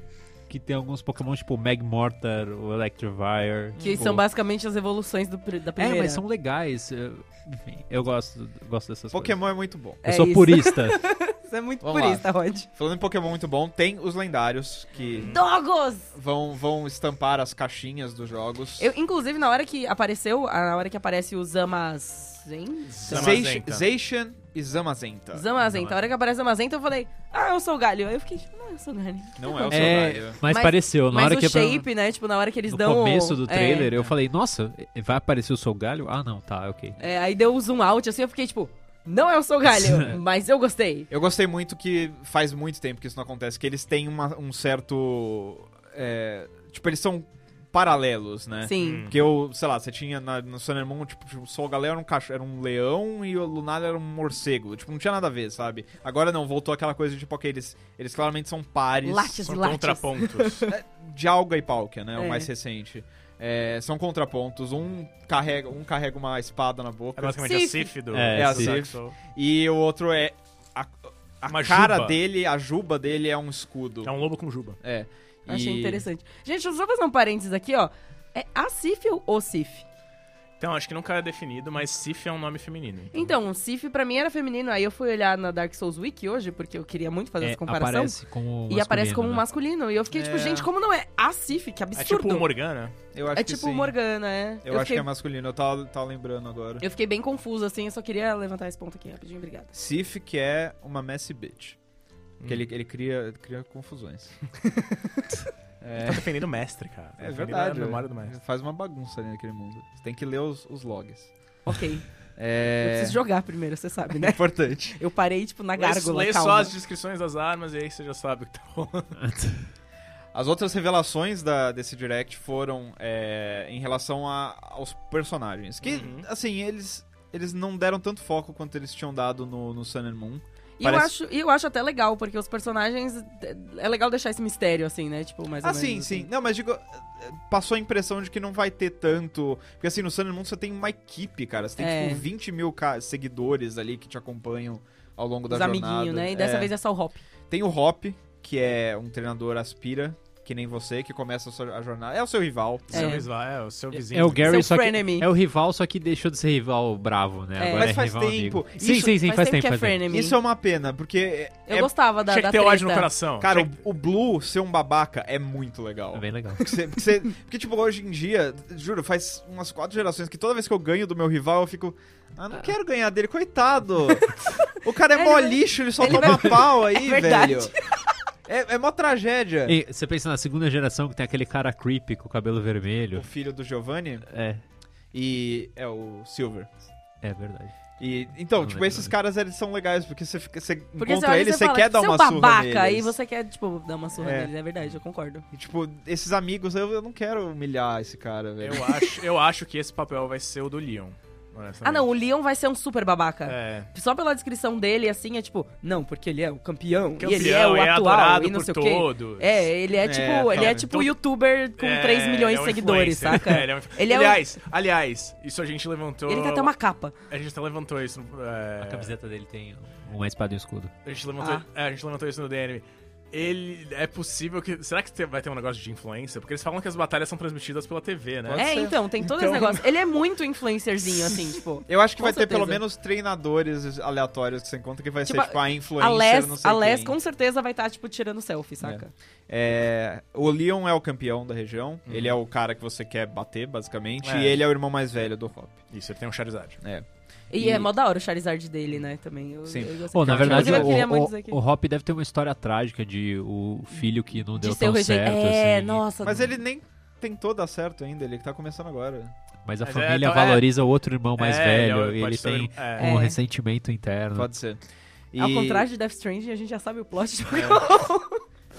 que tem alguns Pokémon tipo Magmortar, o Electivire. Que tipo- são basicamente as evoluções do pri- da É, primeira. mas são legais. Eu- Enfim, eu gosto, gosto dessas coisas. Pokémon é muito bom. Eu É sou isso. purista. Isso é muito Vamos purista, Rod. Falando em Pokémon muito bom, tem os lendários que Dogos! vão, vão estampar as caixinhas dos jogos. Eu, inclusive, na hora que apareceu, a- na hora que aparece o Zamazen... Zeish- Zamazenta. Zeishan e Zamazenta. Zamazenta. A hora que aparece Zamazenta, eu falei, ah, eu sou o Galho. Aí eu fiquei, não, eu sou o Galho. Não é o é, saudável. mas, Mas- pareceu. Na Mas hora o que é shape, né, tipo, na hora que eles no dão... o- começo do é, trailer, eu falei, nossa, vai aparecer o Sou Galho? Ah, não, tá, ok. é, aí deu o zoom out, assim, eu fiquei, tipo, não é o seu Galho, mas eu gostei. Eu gostei muito que faz muito tempo que isso não acontece, que eles têm uma- um certo. é, tipo, eles são paralelos, né? Sim. Porque eu, sei lá, você tinha na, no Sun and Moon, tipo, tipo, o Sol Galé era um cachorro, era um leão e o Lunar era um morcego. Tipo, não tinha nada a ver, sabe? Agora não, voltou aquela coisa de, tipo, ok, eles, eles claramente são Hum. pares. Lattes São e lattes. contrapontos. de Alga e Palkia, né? O É. mais recente. É, são contrapontos. Um carrega, um carrega uma espada na É boca basicamente a Sif. Sif do É, É, a do Sif. Saxo. e o outro é. A, a Uma cara juba. dele, a juba dele é um escudo. É um lobo com juba. É. Achei E- interessante. Gente, deixa eu só fazer um parênteses aqui, ó. É a Cif ou o Cif? Então, acho que nunca era definido, mas Sif é um nome feminino. Então, Sif pra mim era feminino, aí eu fui olhar na Dark Souls Wiki hoje, porque eu queria muito fazer É, essa comparação. Aparece como e aparece como um masculino, né? masculino. E eu fiquei, tipo, É. gente, como não é a Sif? Que É absurdo. tipo Morgana. Eu acho É que tipo sim. Morgana, é. Eu, acho fiquei, que é masculino, eu tava, tava lembrando agora. eu fiquei bem confusa, assim, eu só queria levantar esse ponto aqui rapidinho, obrigada. Sif, que é uma messy bitch. Hum. Que ele, ele cria, cria confusões. é, Tá defendendo o mestre, cara. Tá é defendendo verdade. A memória do mestre. Faz uma bagunça ali naquele mundo. Você tem que ler os, os logs. Ok. Eu É preciso jogar primeiro, você sabe, é né? importante. Eu parei, tipo, na gárgula, Lê, lê calma. só as descrições das armas e aí você já sabe o que tá rolando. As outras revelações da- desse direct foram é, em relação a- aos personagens. Que, Uhum. assim, eles, eles não deram tanto foco quanto eles tinham dado no, no Sun and Moon. E eu, Parece- acho, e eu acho até legal, porque os personagens... É legal deixar esse mistério, assim, né? Tipo, mais ou ah, sim, menos, sim. assim. Não, mas digo, eh, eh, passou a impressão de que não vai ter tanto. Porque, assim, no Sun and Moon você tem uma equipe, cara. Você tem, É. tipo, 20 mil ca- seguidores ali que te acompanham ao longo tipo, da Os jornada. amiguinhos, né? E dessa É. vez é só o Hop. Tem o Hop, que é um treinador aspira, que nem você, que começa a sua- a jornada. É o seu rival. É. Seu rival, é, o seu vizinho. É o Gary, Seu só que frenemy. é o rival, só que deixou de ser rival bravo, né? É. Agora Mas é faz rival tempo. amigo. Sim, Isso- sim, sim, faz tempo tempo. que é faz tempo. frenemy. Isso é uma pena, porque. Eu é- gostava da, Tinha da que ter ódio no treta. coração. Cara, Tinha que- o, o Blue ser um babaca é muito legal. É bem legal. Porque, você- porque você- porque, tipo, hoje em dia, juro, faz umas quatro gerações que toda vez que eu ganho do meu rival, eu fico. Ah, não quero ganhar dele, coitado. o cara é Ele mó vai- lixo, ele só ele toma pau aí, verdade. velho. É, é mó tragédia. E você pensa na segunda geração que tem aquele cara creepy com o cabelo vermelho. O filho do Giovanni É, e. É o Silver. é verdade. E, então, Não tipo, lembro esses dele. caras eles são legais, porque você, fica, você Porque você encontra olha e ele você você fala, quer dar "Seu uma surra babaca, neles. aí você quer, tipo, dar uma surra É. neles. É verdade, eu concordo. E, tipo, esses amigos, eu, eu não quero humilhar esse cara, velho. Eu acho, eu acho que esse papel vai ser o do Leon. honestamente. Ah, não, o Leon vai ser um super babaca. É. Só pela descrição dele, assim, é tipo, não, porque ele é o campeão, Campeão, e ele é o é atual, adorado e não por sei o quê. todos. É, ele é É, tipo, ele é cara, tipo então- youtuber com É, 3 milhões é um de seguidores, influencer. saca? É, ele é um... Ele é um- aliás, aliás, isso a gente levantou. Ele tem até uma capa. A gente até levantou isso. no- é, A camiseta dele tem uma espada e um escudo. A gente levantou, Ah. é, a gente levantou isso no DNM. Ele é possível que. Será que te- vai ter um negócio de influência? Porque eles falam que as batalhas são transmitidas pela TV, né? Pode é, ser. então, tem todo esse negócio. Ele é muito influencerzinho, assim, tipo. Eu acho que Com vai ter certeza. pelo menos treinadores aleatórios que você encontra que vai Tipo, ser tipo a influencer, A Les, não sei a Les quem. com certeza vai estar, tipo, tirando selfie, saca? É, o Leon é o campeão da região, ele é o cara que você quer bater, basicamente, É. e ele é o irmão mais velho do Hop. Isso, ele tem um Charizard. É. E, E- é mó da hora o Charizard dele, né, também. Eu, Sim. eu gostei. Pô, na verdade, Inclusive, eu queria muito dizer o, que- o, o Hop deve ter uma história trágica de o filho que não deu de ser o tão rejeito. certo. É, assim, nossa. Mas ele nem tentou dar certo ainda, ele que tá começando agora. Mas a Mas é, família então, é- valoriza o outro irmão mais É, velho. ele é- Ele, pode ser tem o- é. um É. ressentimento interno. Pode ser. E É. Ao contrário de Death Stranding, a gente já sabe o plot de Pokémon.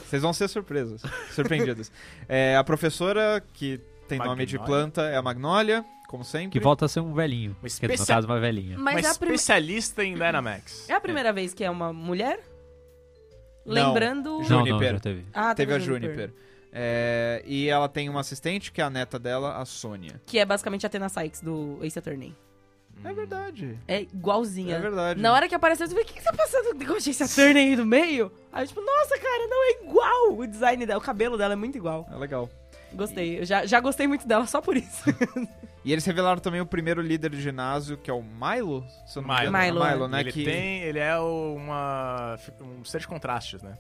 Vocês vão ser surpresos, surpreendidos. É, a professora, que tem nome de Magnolia. planta, é a Magnolia, como Que sempre. volta a ser um velhinho. Uma Quer dizer, no especia- caso, uma velhinha. Mas, Mas é a prim- especialista em Dynamax. é a primeira vez que é uma mulher? Não. Lembrando. Ju- Não, não, Juniper. já teve. Ah, Teve a o Juniper. É, e ela tem uma assistente, que é a neta dela, a Sônia. Que é basicamente a Tena Sykes do Ace Attorney. É verdade. É igualzinha. É verdade. Na hora que apareceu, eu falei, o que, que tá passando com Ace Attorney aí no meio? Aí eu, tipo, nossa, cara, não é igual o design dela. O cabelo dela é muito igual. É legal. Gostei. Eu já, já gostei muito dela só por isso. E eles revelaram também o primeiro líder de ginásio, que é o Milo. Se eu não me engano. Milo. É o Milo, né? Ele que tem. Ele é o- uma. um ser de contrastes, né?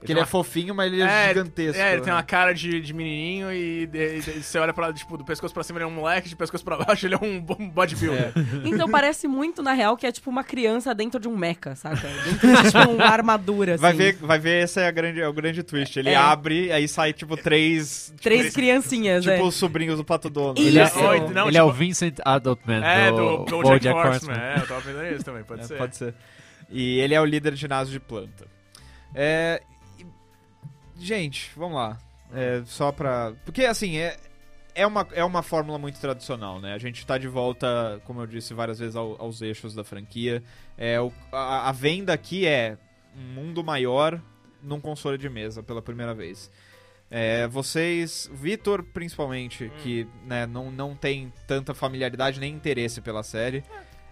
que ele é tem uma- fofinho, mas ele é, gigantesco. É, ele tem né? uma cara de, de menininho e, de- de- você olha pra, tipo, do pescoço pra cima ele é um moleque, de pescoço pra baixo ele é um bo- um bodybuilder. então parece muito, na real, que é tipo uma criança dentro de um mecha, saca? Dentro de tipo, uma armadura, assim. Vai ver, vai ver, esse é, a grande, é o grande twist. Ele É. abre, aí sai, tipo, três... Três criancinhas, Tipo, é. os sobrinhos do Pato Dono. Isso. Ele, é, Isso. ele- Não, ele tipo- é o Vincent Adultman É, do, do, do do BoJack Jack Horseman. Horseman. É, eu tava pensando nisso também, pode É, ser. pode ser. E ele é o líder de ginásio de planta. É, e- Gente, vamos lá. É, só pra... Porque, assim, é... É uma, é uma fórmula muito tradicional, né? A gente tá de volta, como eu disse várias vezes, ao- aos eixos da franquia. É, o- a, a venda aqui é um mundo maior num console de mesa, pela primeira vez. É, vocês, Vitor principalmente, Hum. que né, não, não tem tanta familiaridade nem interesse pela série,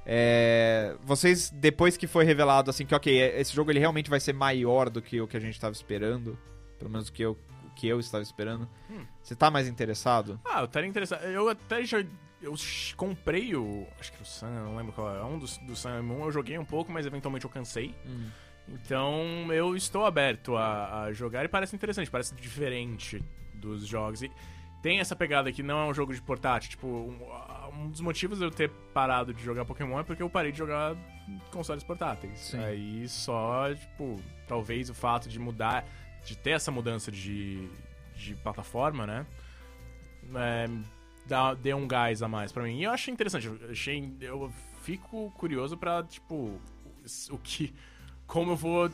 é, vocês, depois que foi revelado assim que, ok, é- esse jogo ele realmente vai ser maior do que o que a gente estava esperando, pelo menos o que eu, o que eu estava esperando, Hum. você tá mais interessado? Ah, eu estaria interessado. Eu até já. eu sh- comprei o. Acho que o Sun, eu não lembro qual era. Um dos, do Sun and Moon, eu joguei um pouco, mas eventualmente eu cansei. Então eu estou aberto a, a jogar e parece interessante, parece diferente dos jogos. E tem essa pegada que não é um jogo de portátil. Tipo, um, a- um dos motivos de eu ter parado de jogar Pokémon é porque eu parei de jogar consoles portáteis. Sim. Aí só, tipo, talvez o fato de mudar, de ter essa mudança de, de plataforma, né? É, dá, dê um gás a mais pra mim. E eu achei interessante. Eu, achei, eu fico curioso pra, tipo, o que. Como eu vou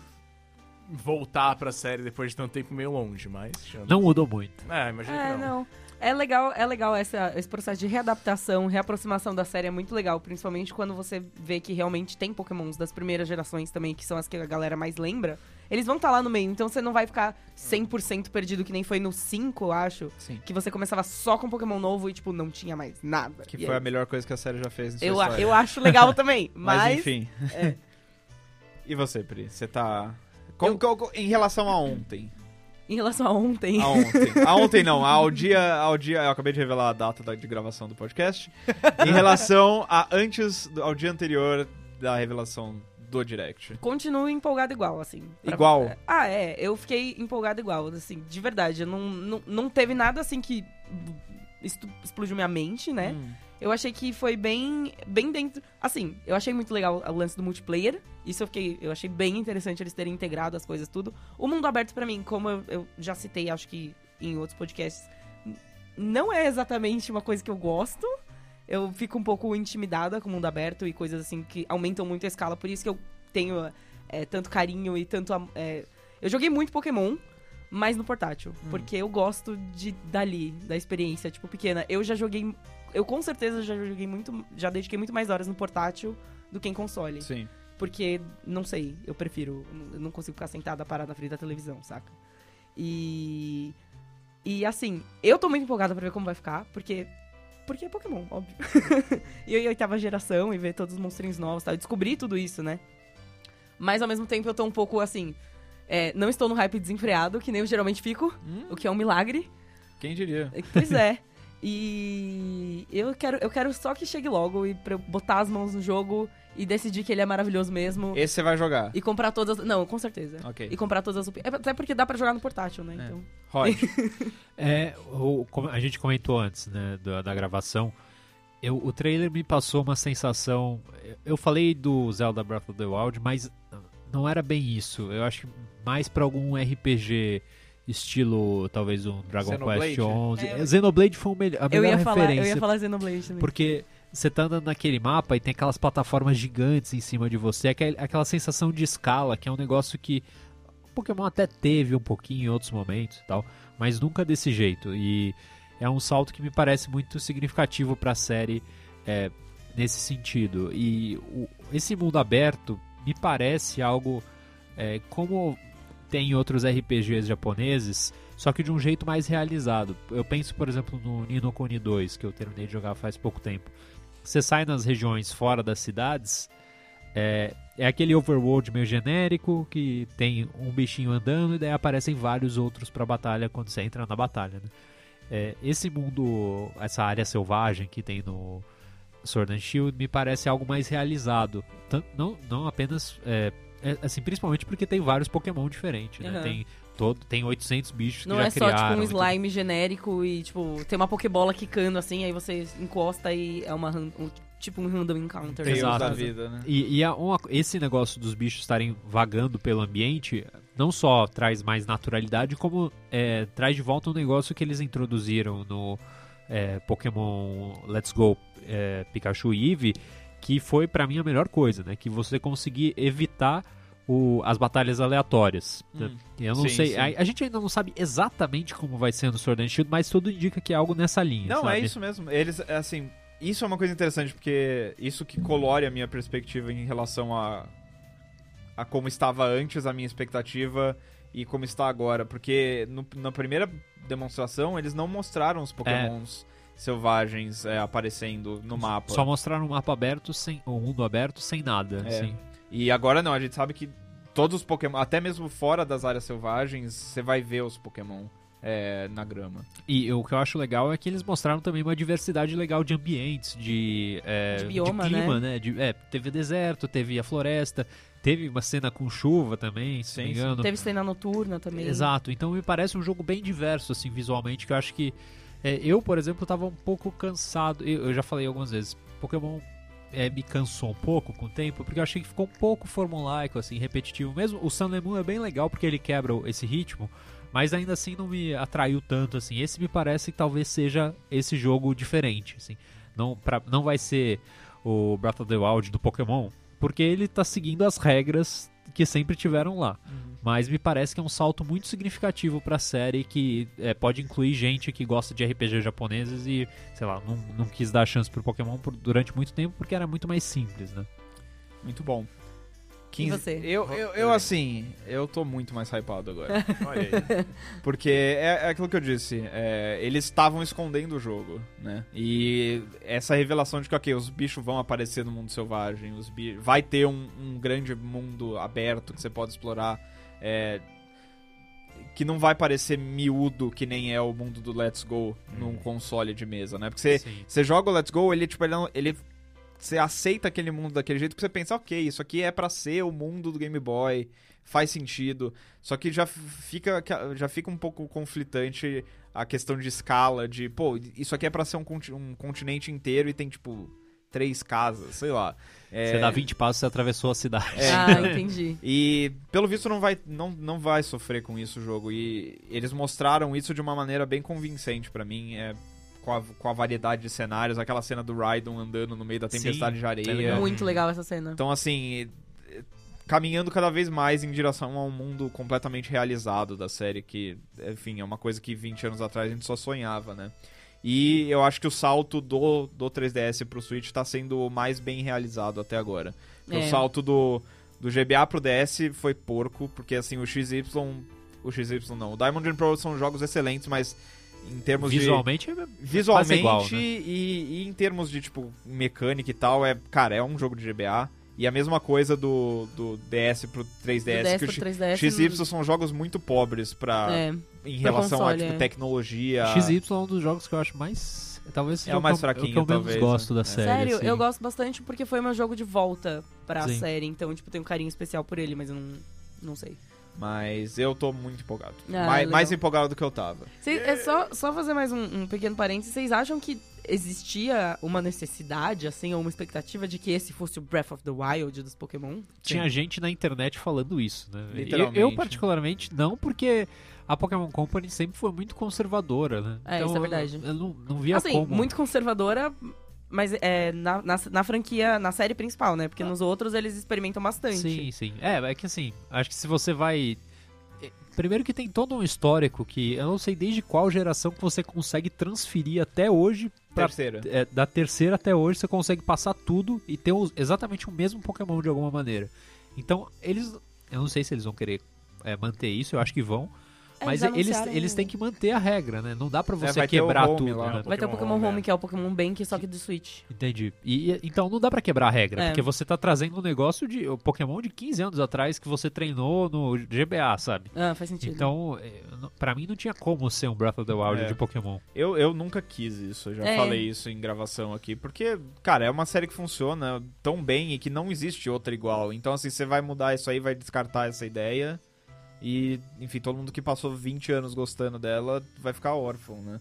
voltar pra série depois de tanto tempo meio longe, mas. Não mudou muito. É, imagino É, que não. não. É legal, é legal essa- esse processo de readaptação, reaproximação da série é muito legal, principalmente quando você vê que realmente tem Pokémons das primeiras gerações também, que são as que a galera mais lembra. Eles vão estar lá no meio, então você não vai ficar 100% perdido, que nem foi no 5, eu acho, Sim. que você começava só com Pokémon novo e, tipo, não tinha mais nada. Que E foi aí- a melhor coisa que a série já fez na sua eu, a- é. história. eu acho legal também, mas... Mas, enfim. e você, Pri? Você tá... Como, Eu- como- em relação a ontem. Em relação a ontem... A ontem. A ontem não, ao dia, ao dia. Eu acabei de revelar a data da- de gravação do podcast. Em relação a antes, do- ao dia anterior da revelação do Direct. Continuo empolgado igual, assim. pra- Igual? Ah, é. Eu fiquei empolgado igual, assim, de verdade. Eu não, não, não teve nada assim que estu- explodiu minha mente, né? Eu achei que foi bem, bem dentro. Assim, eu achei muito legal o lance do multiplayer. Isso eu fiquei. Eu achei bem interessante eles terem integrado as coisas, tudo. O mundo aberto, pra mim, como eu, eu já citei, acho que em outros podcasts, n- não é exatamente uma coisa que eu gosto. Eu fico um pouco intimidada com o mundo aberto e coisas assim que aumentam muito a escala. Por isso que eu tenho é, tanto carinho e tanto. am- é, Eu joguei muito Pokémon, mas no portátil. Porque eu gosto de dali, da experiência, tipo, pequena. Eu já joguei. Eu com certeza já joguei muito. Já dediquei muito mais horas no portátil do que em console. Sim. Porque, não sei, eu prefiro. Eu não consigo ficar sentada parada na frente da televisão, saca? E. E assim, eu tô muito empolgada pra ver como vai ficar, porque. Porque é Pokémon, óbvio. e eu ia oitava geração e ver todos os monstrinhos novos e tal. Eu descobri tudo isso, né? Mas ao mesmo tempo eu tô um pouco assim. é, não estou no hype desenfreado, que nem eu geralmente fico, o que é um milagre. Quem diria? Pois é. E eu quero, eu quero só que chegue logo e pra eu botar as mãos no jogo e decidir que ele é maravilhoso mesmo. Esse você vai jogar. E comprar todas. Não, com certeza. Ok. E comprar todas as opiniões. Até porque dá pra jogar no portátil, né? É. Então. Rod. É, o- como a gente comentou antes, né, da, da gravação. Eu- o trailer me passou uma sensação. eu- Eu falei do Zelda Breath of the Wild, mas não era bem isso. Eu acho que mais pra algum RPG estilo, talvez um Dragon Xenoblade? Quest 11. É, eu- Xenoblade foi o melhor- a Eu ia, melhor falar, eu Tá referência ia falar Xenoblade também. Porque você tá andando naquele mapa e tem aquelas plataformas gigantes em cima de você, aquel- aquela sensação de escala, que é um negócio que o Pokémon até teve um pouquinho em outros momentos e tal, mas nunca desse jeito. E é um salto que me parece muito significativo pra série é, nesse sentido. E o- esse mundo aberto me parece algo é, como tem em outros RPGs japoneses, só que de um jeito mais realizado. Eu penso, por exemplo, no Nino Kuni 2, que eu terminei de jogar faz pouco tempo. Você sai nas regiões fora das cidades, é, é aquele overworld meio genérico que tem um bichinho andando e daí aparecem vários outros pra batalha quando você entra na batalha. né? É, esse mundo, essa área selvagem que tem no Sword and Shield me parece algo mais realizado. Tan- Não, não apenas. é, é, assim, principalmente porque tem vários Pokémon diferentes, né? Aham. Tem, todo, tem 800 bichos Não que já é só criaram. tipo um e tudo slime genérico e, tipo, tem uma Pokébola quicando assim, aí você encosta e é uma ran- um- tipo um random encounter. Deus Exato. da vida, né? E, e a- uma- esse negócio dos bichos estarem vagando pelo ambiente não só traz mais naturalidade, como é, traz de volta um negócio que eles introduziram no é, Pokémon Let's Go é, Pikachu e Eevee, que foi pra mim a melhor coisa, né? Que você conseguir evitar o- as batalhas aleatórias. né? Hum. Eu não Sim, sei, sim. A, a gente ainda não sabe exatamente como vai ser no Sword and Shield, mas tudo indica que é algo nessa linha. Não, sabe? é isso mesmo. Eles, assim, isso é uma coisa interessante, porque isso que colore a minha perspectiva em relação a, a como estava antes a minha expectativa e como está agora. Porque no- na primeira demonstração, eles não mostraram os pokémons selvagens é, aparecendo no mapa. Só mostraram um mapa aberto, sem, um mundo aberto, sem nada. É. assim. E agora não, a gente sabe que todos os pokémon, até mesmo fora das áreas selvagens, você vai ver os pokémon é, na grama. E o que eu acho legal é que eles mostraram também uma diversidade legal de ambientes, de, é, De bioma, clima, né? De- é, teve deserto, teve a floresta, teve uma cena com chuva também, se não me Sim, sim. engano. Teve cena noturna também. Exato, então me parece um jogo bem diverso, assim, visualmente, que eu acho que. é, eu, por exemplo, tava um pouco cansado. Eu, eu já falei algumas vezes, Pokémon é, me cansou um pouco com o tempo, porque eu achei que ficou um pouco formulaico, assim, repetitivo. Mesmo o Sun and Moon é bem legal porque ele quebra o- esse ritmo, mas ainda assim não me atraiu tanto, assim. Esse me parece que talvez seja esse jogo diferente, assim. Não, pra- não vai ser o Breath of the Wild do Pokémon, porque ele tá seguindo as regras que sempre tiveram lá. Mas me parece que é um salto muito significativo pra série que é, pode incluir gente que gosta de RPG japoneses e, sei lá, não, não quis dar chance pro Pokémon por- durante muito tempo porque era muito mais simples, né? Muito bom. você? Eu, eu, eu, assim, eu tô muito mais hypado agora. Olha aí. porque é, é aquilo que eu disse, é, eles estavam escondendo o jogo, né? E essa revelação de que, ok, os bichos vão aparecer no mundo selvagem, os bi vai ter um, um grande mundo aberto que você pode explorar, é, que não vai parecer miúdo que nem é o mundo do Let's Go num console de mesa, né? Porque você, Sim. Você joga o Let's Go, ele, tipo, ele, não- ele- Você aceita aquele mundo daquele jeito que você pensa, ok, isso aqui é pra ser o mundo do Game Boy, faz sentido. Só que já f- fica, já fica um pouco conflitante a questão de escala, de, pô, isso aqui é pra ser um, conti- um continente inteiro e tem, tipo, três casas, sei lá. É, Você dá 20 passos, você atravessou a cidade. Ah, é. entendi. e pelo visto não vai, não, não vai sofrer com isso o jogo. E eles mostraram isso de uma maneira bem convincente pra mim. É, com, a, com a variedade de cenários, aquela cena do Raidon andando no meio da Sim, tempestade de é areia. legal. Muito legal essa cena. Então, assim, eh, eh, caminhando cada vez mais em direção a um mundo completamente realizado da série, que, enfim, é uma coisa que 20 anos atrás a gente só sonhava, né? E eu acho que o salto do, do 3DS pro Switch tá sendo o mais bem realizado até agora. Porque É. O salto do, do GBA pro DS foi porco, porque assim, o XY. O XY não. O Diamond and Pearl são jogos excelentes, mas em termos de Visualmente é visualmente Quase igual, né? e, e em termos de, tipo, mecânica e tal, é, cara, é um jogo de GBA. E a mesma coisa do, do DS pro 3DS, Do DS que o pro X- 3DS, XY são jogos muito pobres pra, né? Ah, É, em pra relação console, a, tipo, é. tecnologia. XY é um dos jogos que eu acho mais. Talvez seja É o mais que eu- fraquinho, que eu menos talvez, gosto né? da É. série. Sério, assim. eu gosto bastante porque foi meu jogo de volta pra Sim. série, então, tipo, tenho um carinho especial por ele, mas eu não, não sei. Mas eu tô muito empolgado. Ah, mais, legal. mais empolgado do que eu tava. Cês- é só, só fazer mais um, um pequeno parênteses, vocês acham que existia uma necessidade, assim, ou uma expectativa de que esse fosse o Breath of the Wild dos Pokémon? Tinha gente na internet falando isso, né? Literalmente. Eu, eu, particularmente, não, porque a Pokémon Company sempre foi muito conservadora, né? É, então, isso é eu- verdade. Eu, não, não via assim, como. muito conservadora, mas é, na, na, na franquia, na série principal, né? Porque nos outros eles experimentam bastante. Sim, sim. É, é que assim, acho que se você vai. é, Primeiro que tem todo um histórico que eu não sei desde qual geração que você consegue transferir até hoje. Pra, Terceira. é, da terceira até hoje você consegue passar tudo e ter os- exatamente o mesmo Pokémon de alguma maneira. Então, eles. Eu não sei se eles vão querer é, manter isso, eu acho que vão. É, Mas eles, anunciaram- eles têm que manter a regra, né? Não dá pra você É, vai ter o quebrar home tudo. lá. Né? Vai ter o Pokémon Pokémon Home, Home, é. que é o Pokémon Bank, só que do Switch. Entendi. E, e- então não dá pra quebrar a regra, É. porque você tá trazendo um negócio de o Pokémon de 15 anos atrás que você treinou no GBA, sabe? Ah, faz sentido. Então, eh, não- pra mim não tinha como ser um Breath of the Wild É. de Pokémon. Eu, eu nunca quis isso, eu já É. falei isso em gravação aqui, porque, cara, é uma série que funciona tão bem e que não existe outra igual. Então, assim, você vai mudar isso aí, vai descartar essa ideia. E, enfim, todo mundo que passou 20 anos gostando dela vai ficar órfão, né?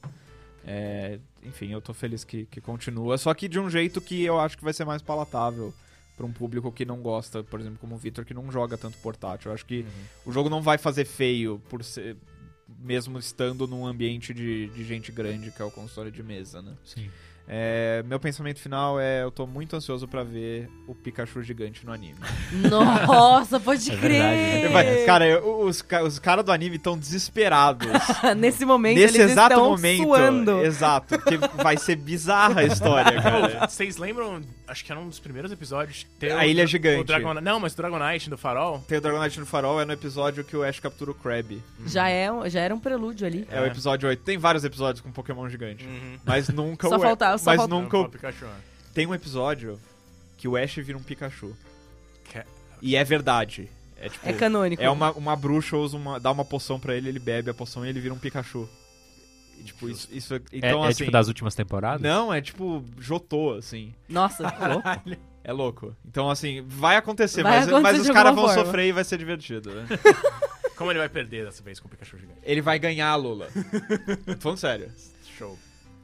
É, enfim, eu tô feliz que, que continua. Só que de um jeito que eu acho que vai ser mais palatável pra um público que não gosta, por exemplo, como o Victor, que não joga tanto portátil. Eu acho que o jogo não vai fazer feio por ser. Mesmo estando num ambiente de, de gente grande, que é o console de mesa, né? Sim. É, meu pensamento final é: eu tô muito ansioso pra ver o Pikachu gigante no anime. Nossa, pode É crer! verdade. né? Vai- Cara, eu- os, ca- os caras do anime estão desesperados. Nesse momento, Nesse eles exato estão momento. é. suando. Exato. Porque vai ser bizarra a história, cara. Vocês lembram, acho que era um dos primeiros episódios, ter É. A o- Ilha Gigante. o Dragon- Não, mas o Dragonite do Farol. Tem o Dragonite no farol, é no episódio que o Ash captura o Krabby. Já, é, um- já era um prelúdio ali. É, o É. episódio 8. Tem vários episódios com Pokémon gigante. Mas nunca Hum. Só o faltava- só Mas faltava- nunca o o... Pikachu. Tem um episódio que o Ash vira um Pikachu. Que- E é verdade. É tipo. É canônico. É uma, uma bruxa usa uma, dá uma poção pra ele, ele bebe a poção e ele vira um Pikachu. E, tipo, isso, isso é- então é, assim. tipo das últimas temporadas? Não, é tipo Jotô, assim. Nossa, louco. É louco. Então, assim, vai acontecer, Vai mas, acontecer mas de os alguma caras vão forma. sofrer e vai ser divertido. Né? Como ele vai perder dessa vez com o Pikachu gigante? ele vai ganhar, Lula. Tô falando sério. Show.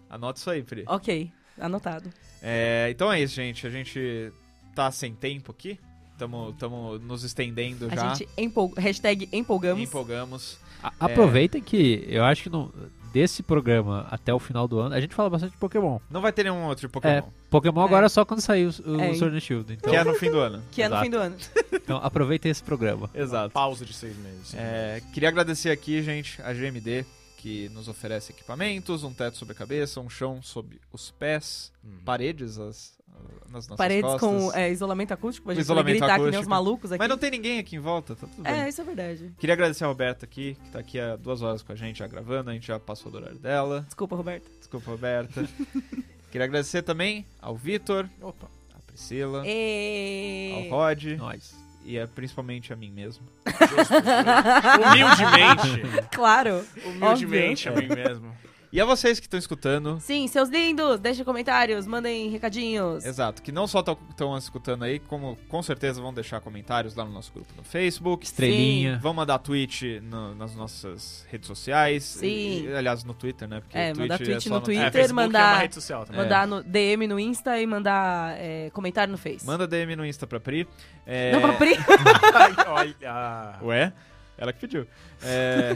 Anota isso aí, Pri. ok, anotado. É, então é isso, gente. A gente tá sem tempo aqui. Tamo, tamo nos estendendo já. A gente empol... Hashtag empolgamos. Empolgamos. A- Aproveitem que eu acho que no- desse programa até o final do ano, a gente fala bastante de Pokémon. Não vai ter nenhum outro É, Pokémon. Pokémon É. agora é só quando sair o, o É. Sword and Shield. Então, Que é no fim do ano. Que é no Exato. fim do ano. então aproveitem esse programa. Exato. Pausa de seis meses. É, queria agradecer aqui, gente, a GMD, que nos oferece equipamentos, um teto sobre a cabeça, um chão sob os pés, Uhum. paredes as- nas nossas Paredes costas. com é, isolamento acústico, pra gente poder Isolamento gritar que nem acústico. os malucos aqui. Mas não tem ninguém aqui em volta, tá tudo bem. É, isso é verdade. Queria agradecer a Roberta aqui, que tá aqui há duas horas com a gente, já gravando, a gente já passou do horário dela. Desculpa, Roberto. Desculpa, Roberta. Queria agradecer também ao Vitor, Opa. à Priscila, ao E... Rod Nós. e é principalmente a mim mesmo. Humildemente. Claro. Humildemente a mim mesmo. E a vocês que estão escutando. Sim, seus lindos, deixem comentários, mandem recadinhos. Exato, que não só estão escutando aí, como com certeza vão deixar comentários lá no nosso grupo no Facebook. Estrelinha. Vão mandar tweet no- nas nossas redes sociais. Sim. E- aliás, no Twitter, né? Porque É, tweet mandar tweet só no É, Twitter. Facebook é mandar- uma rede social também. Mandar no DM no Insta e mandar é, comentário no Face. Manda DM no Insta pra Pri. É, Não, pra Pri. Olha. Ué? Ela que pediu. É,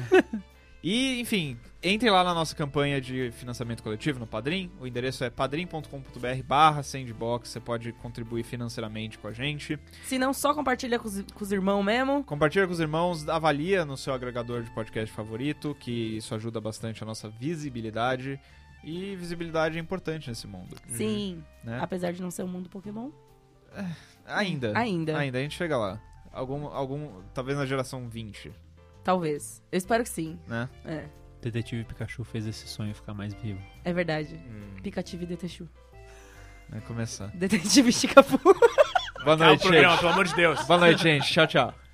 e, enfim, entre lá na nossa campanha de financiamento coletivo no Padrim. O endereço é padrim.com.br barra sandbox. Você pode contribuir financeiramente com a gente. Se não, só compartilha com os, com os irmãos mesmo. Compartilha com os irmãos, avalia no seu agregador de podcast favorito, que isso ajuda bastante a nossa visibilidade. E visibilidade é importante nesse mundo, Sim. né? Apesar de não ser o mundo Pokémon. Ainda. Ainda. Ainda, a gente chega lá. Algum, algum, talvez na geração 20, Talvez. Eu espero que sim. né? É, Detetive Pikachu fez esse sonho ficar mais vivo. é verdade. Hum. Pikachu e Detechu. Vai começar. 네, Detetive Chicapu. Boa Acaba Tá o noite, gente. programa, pelo amor de Deus. Boa noite, gente. Tchau, tchau.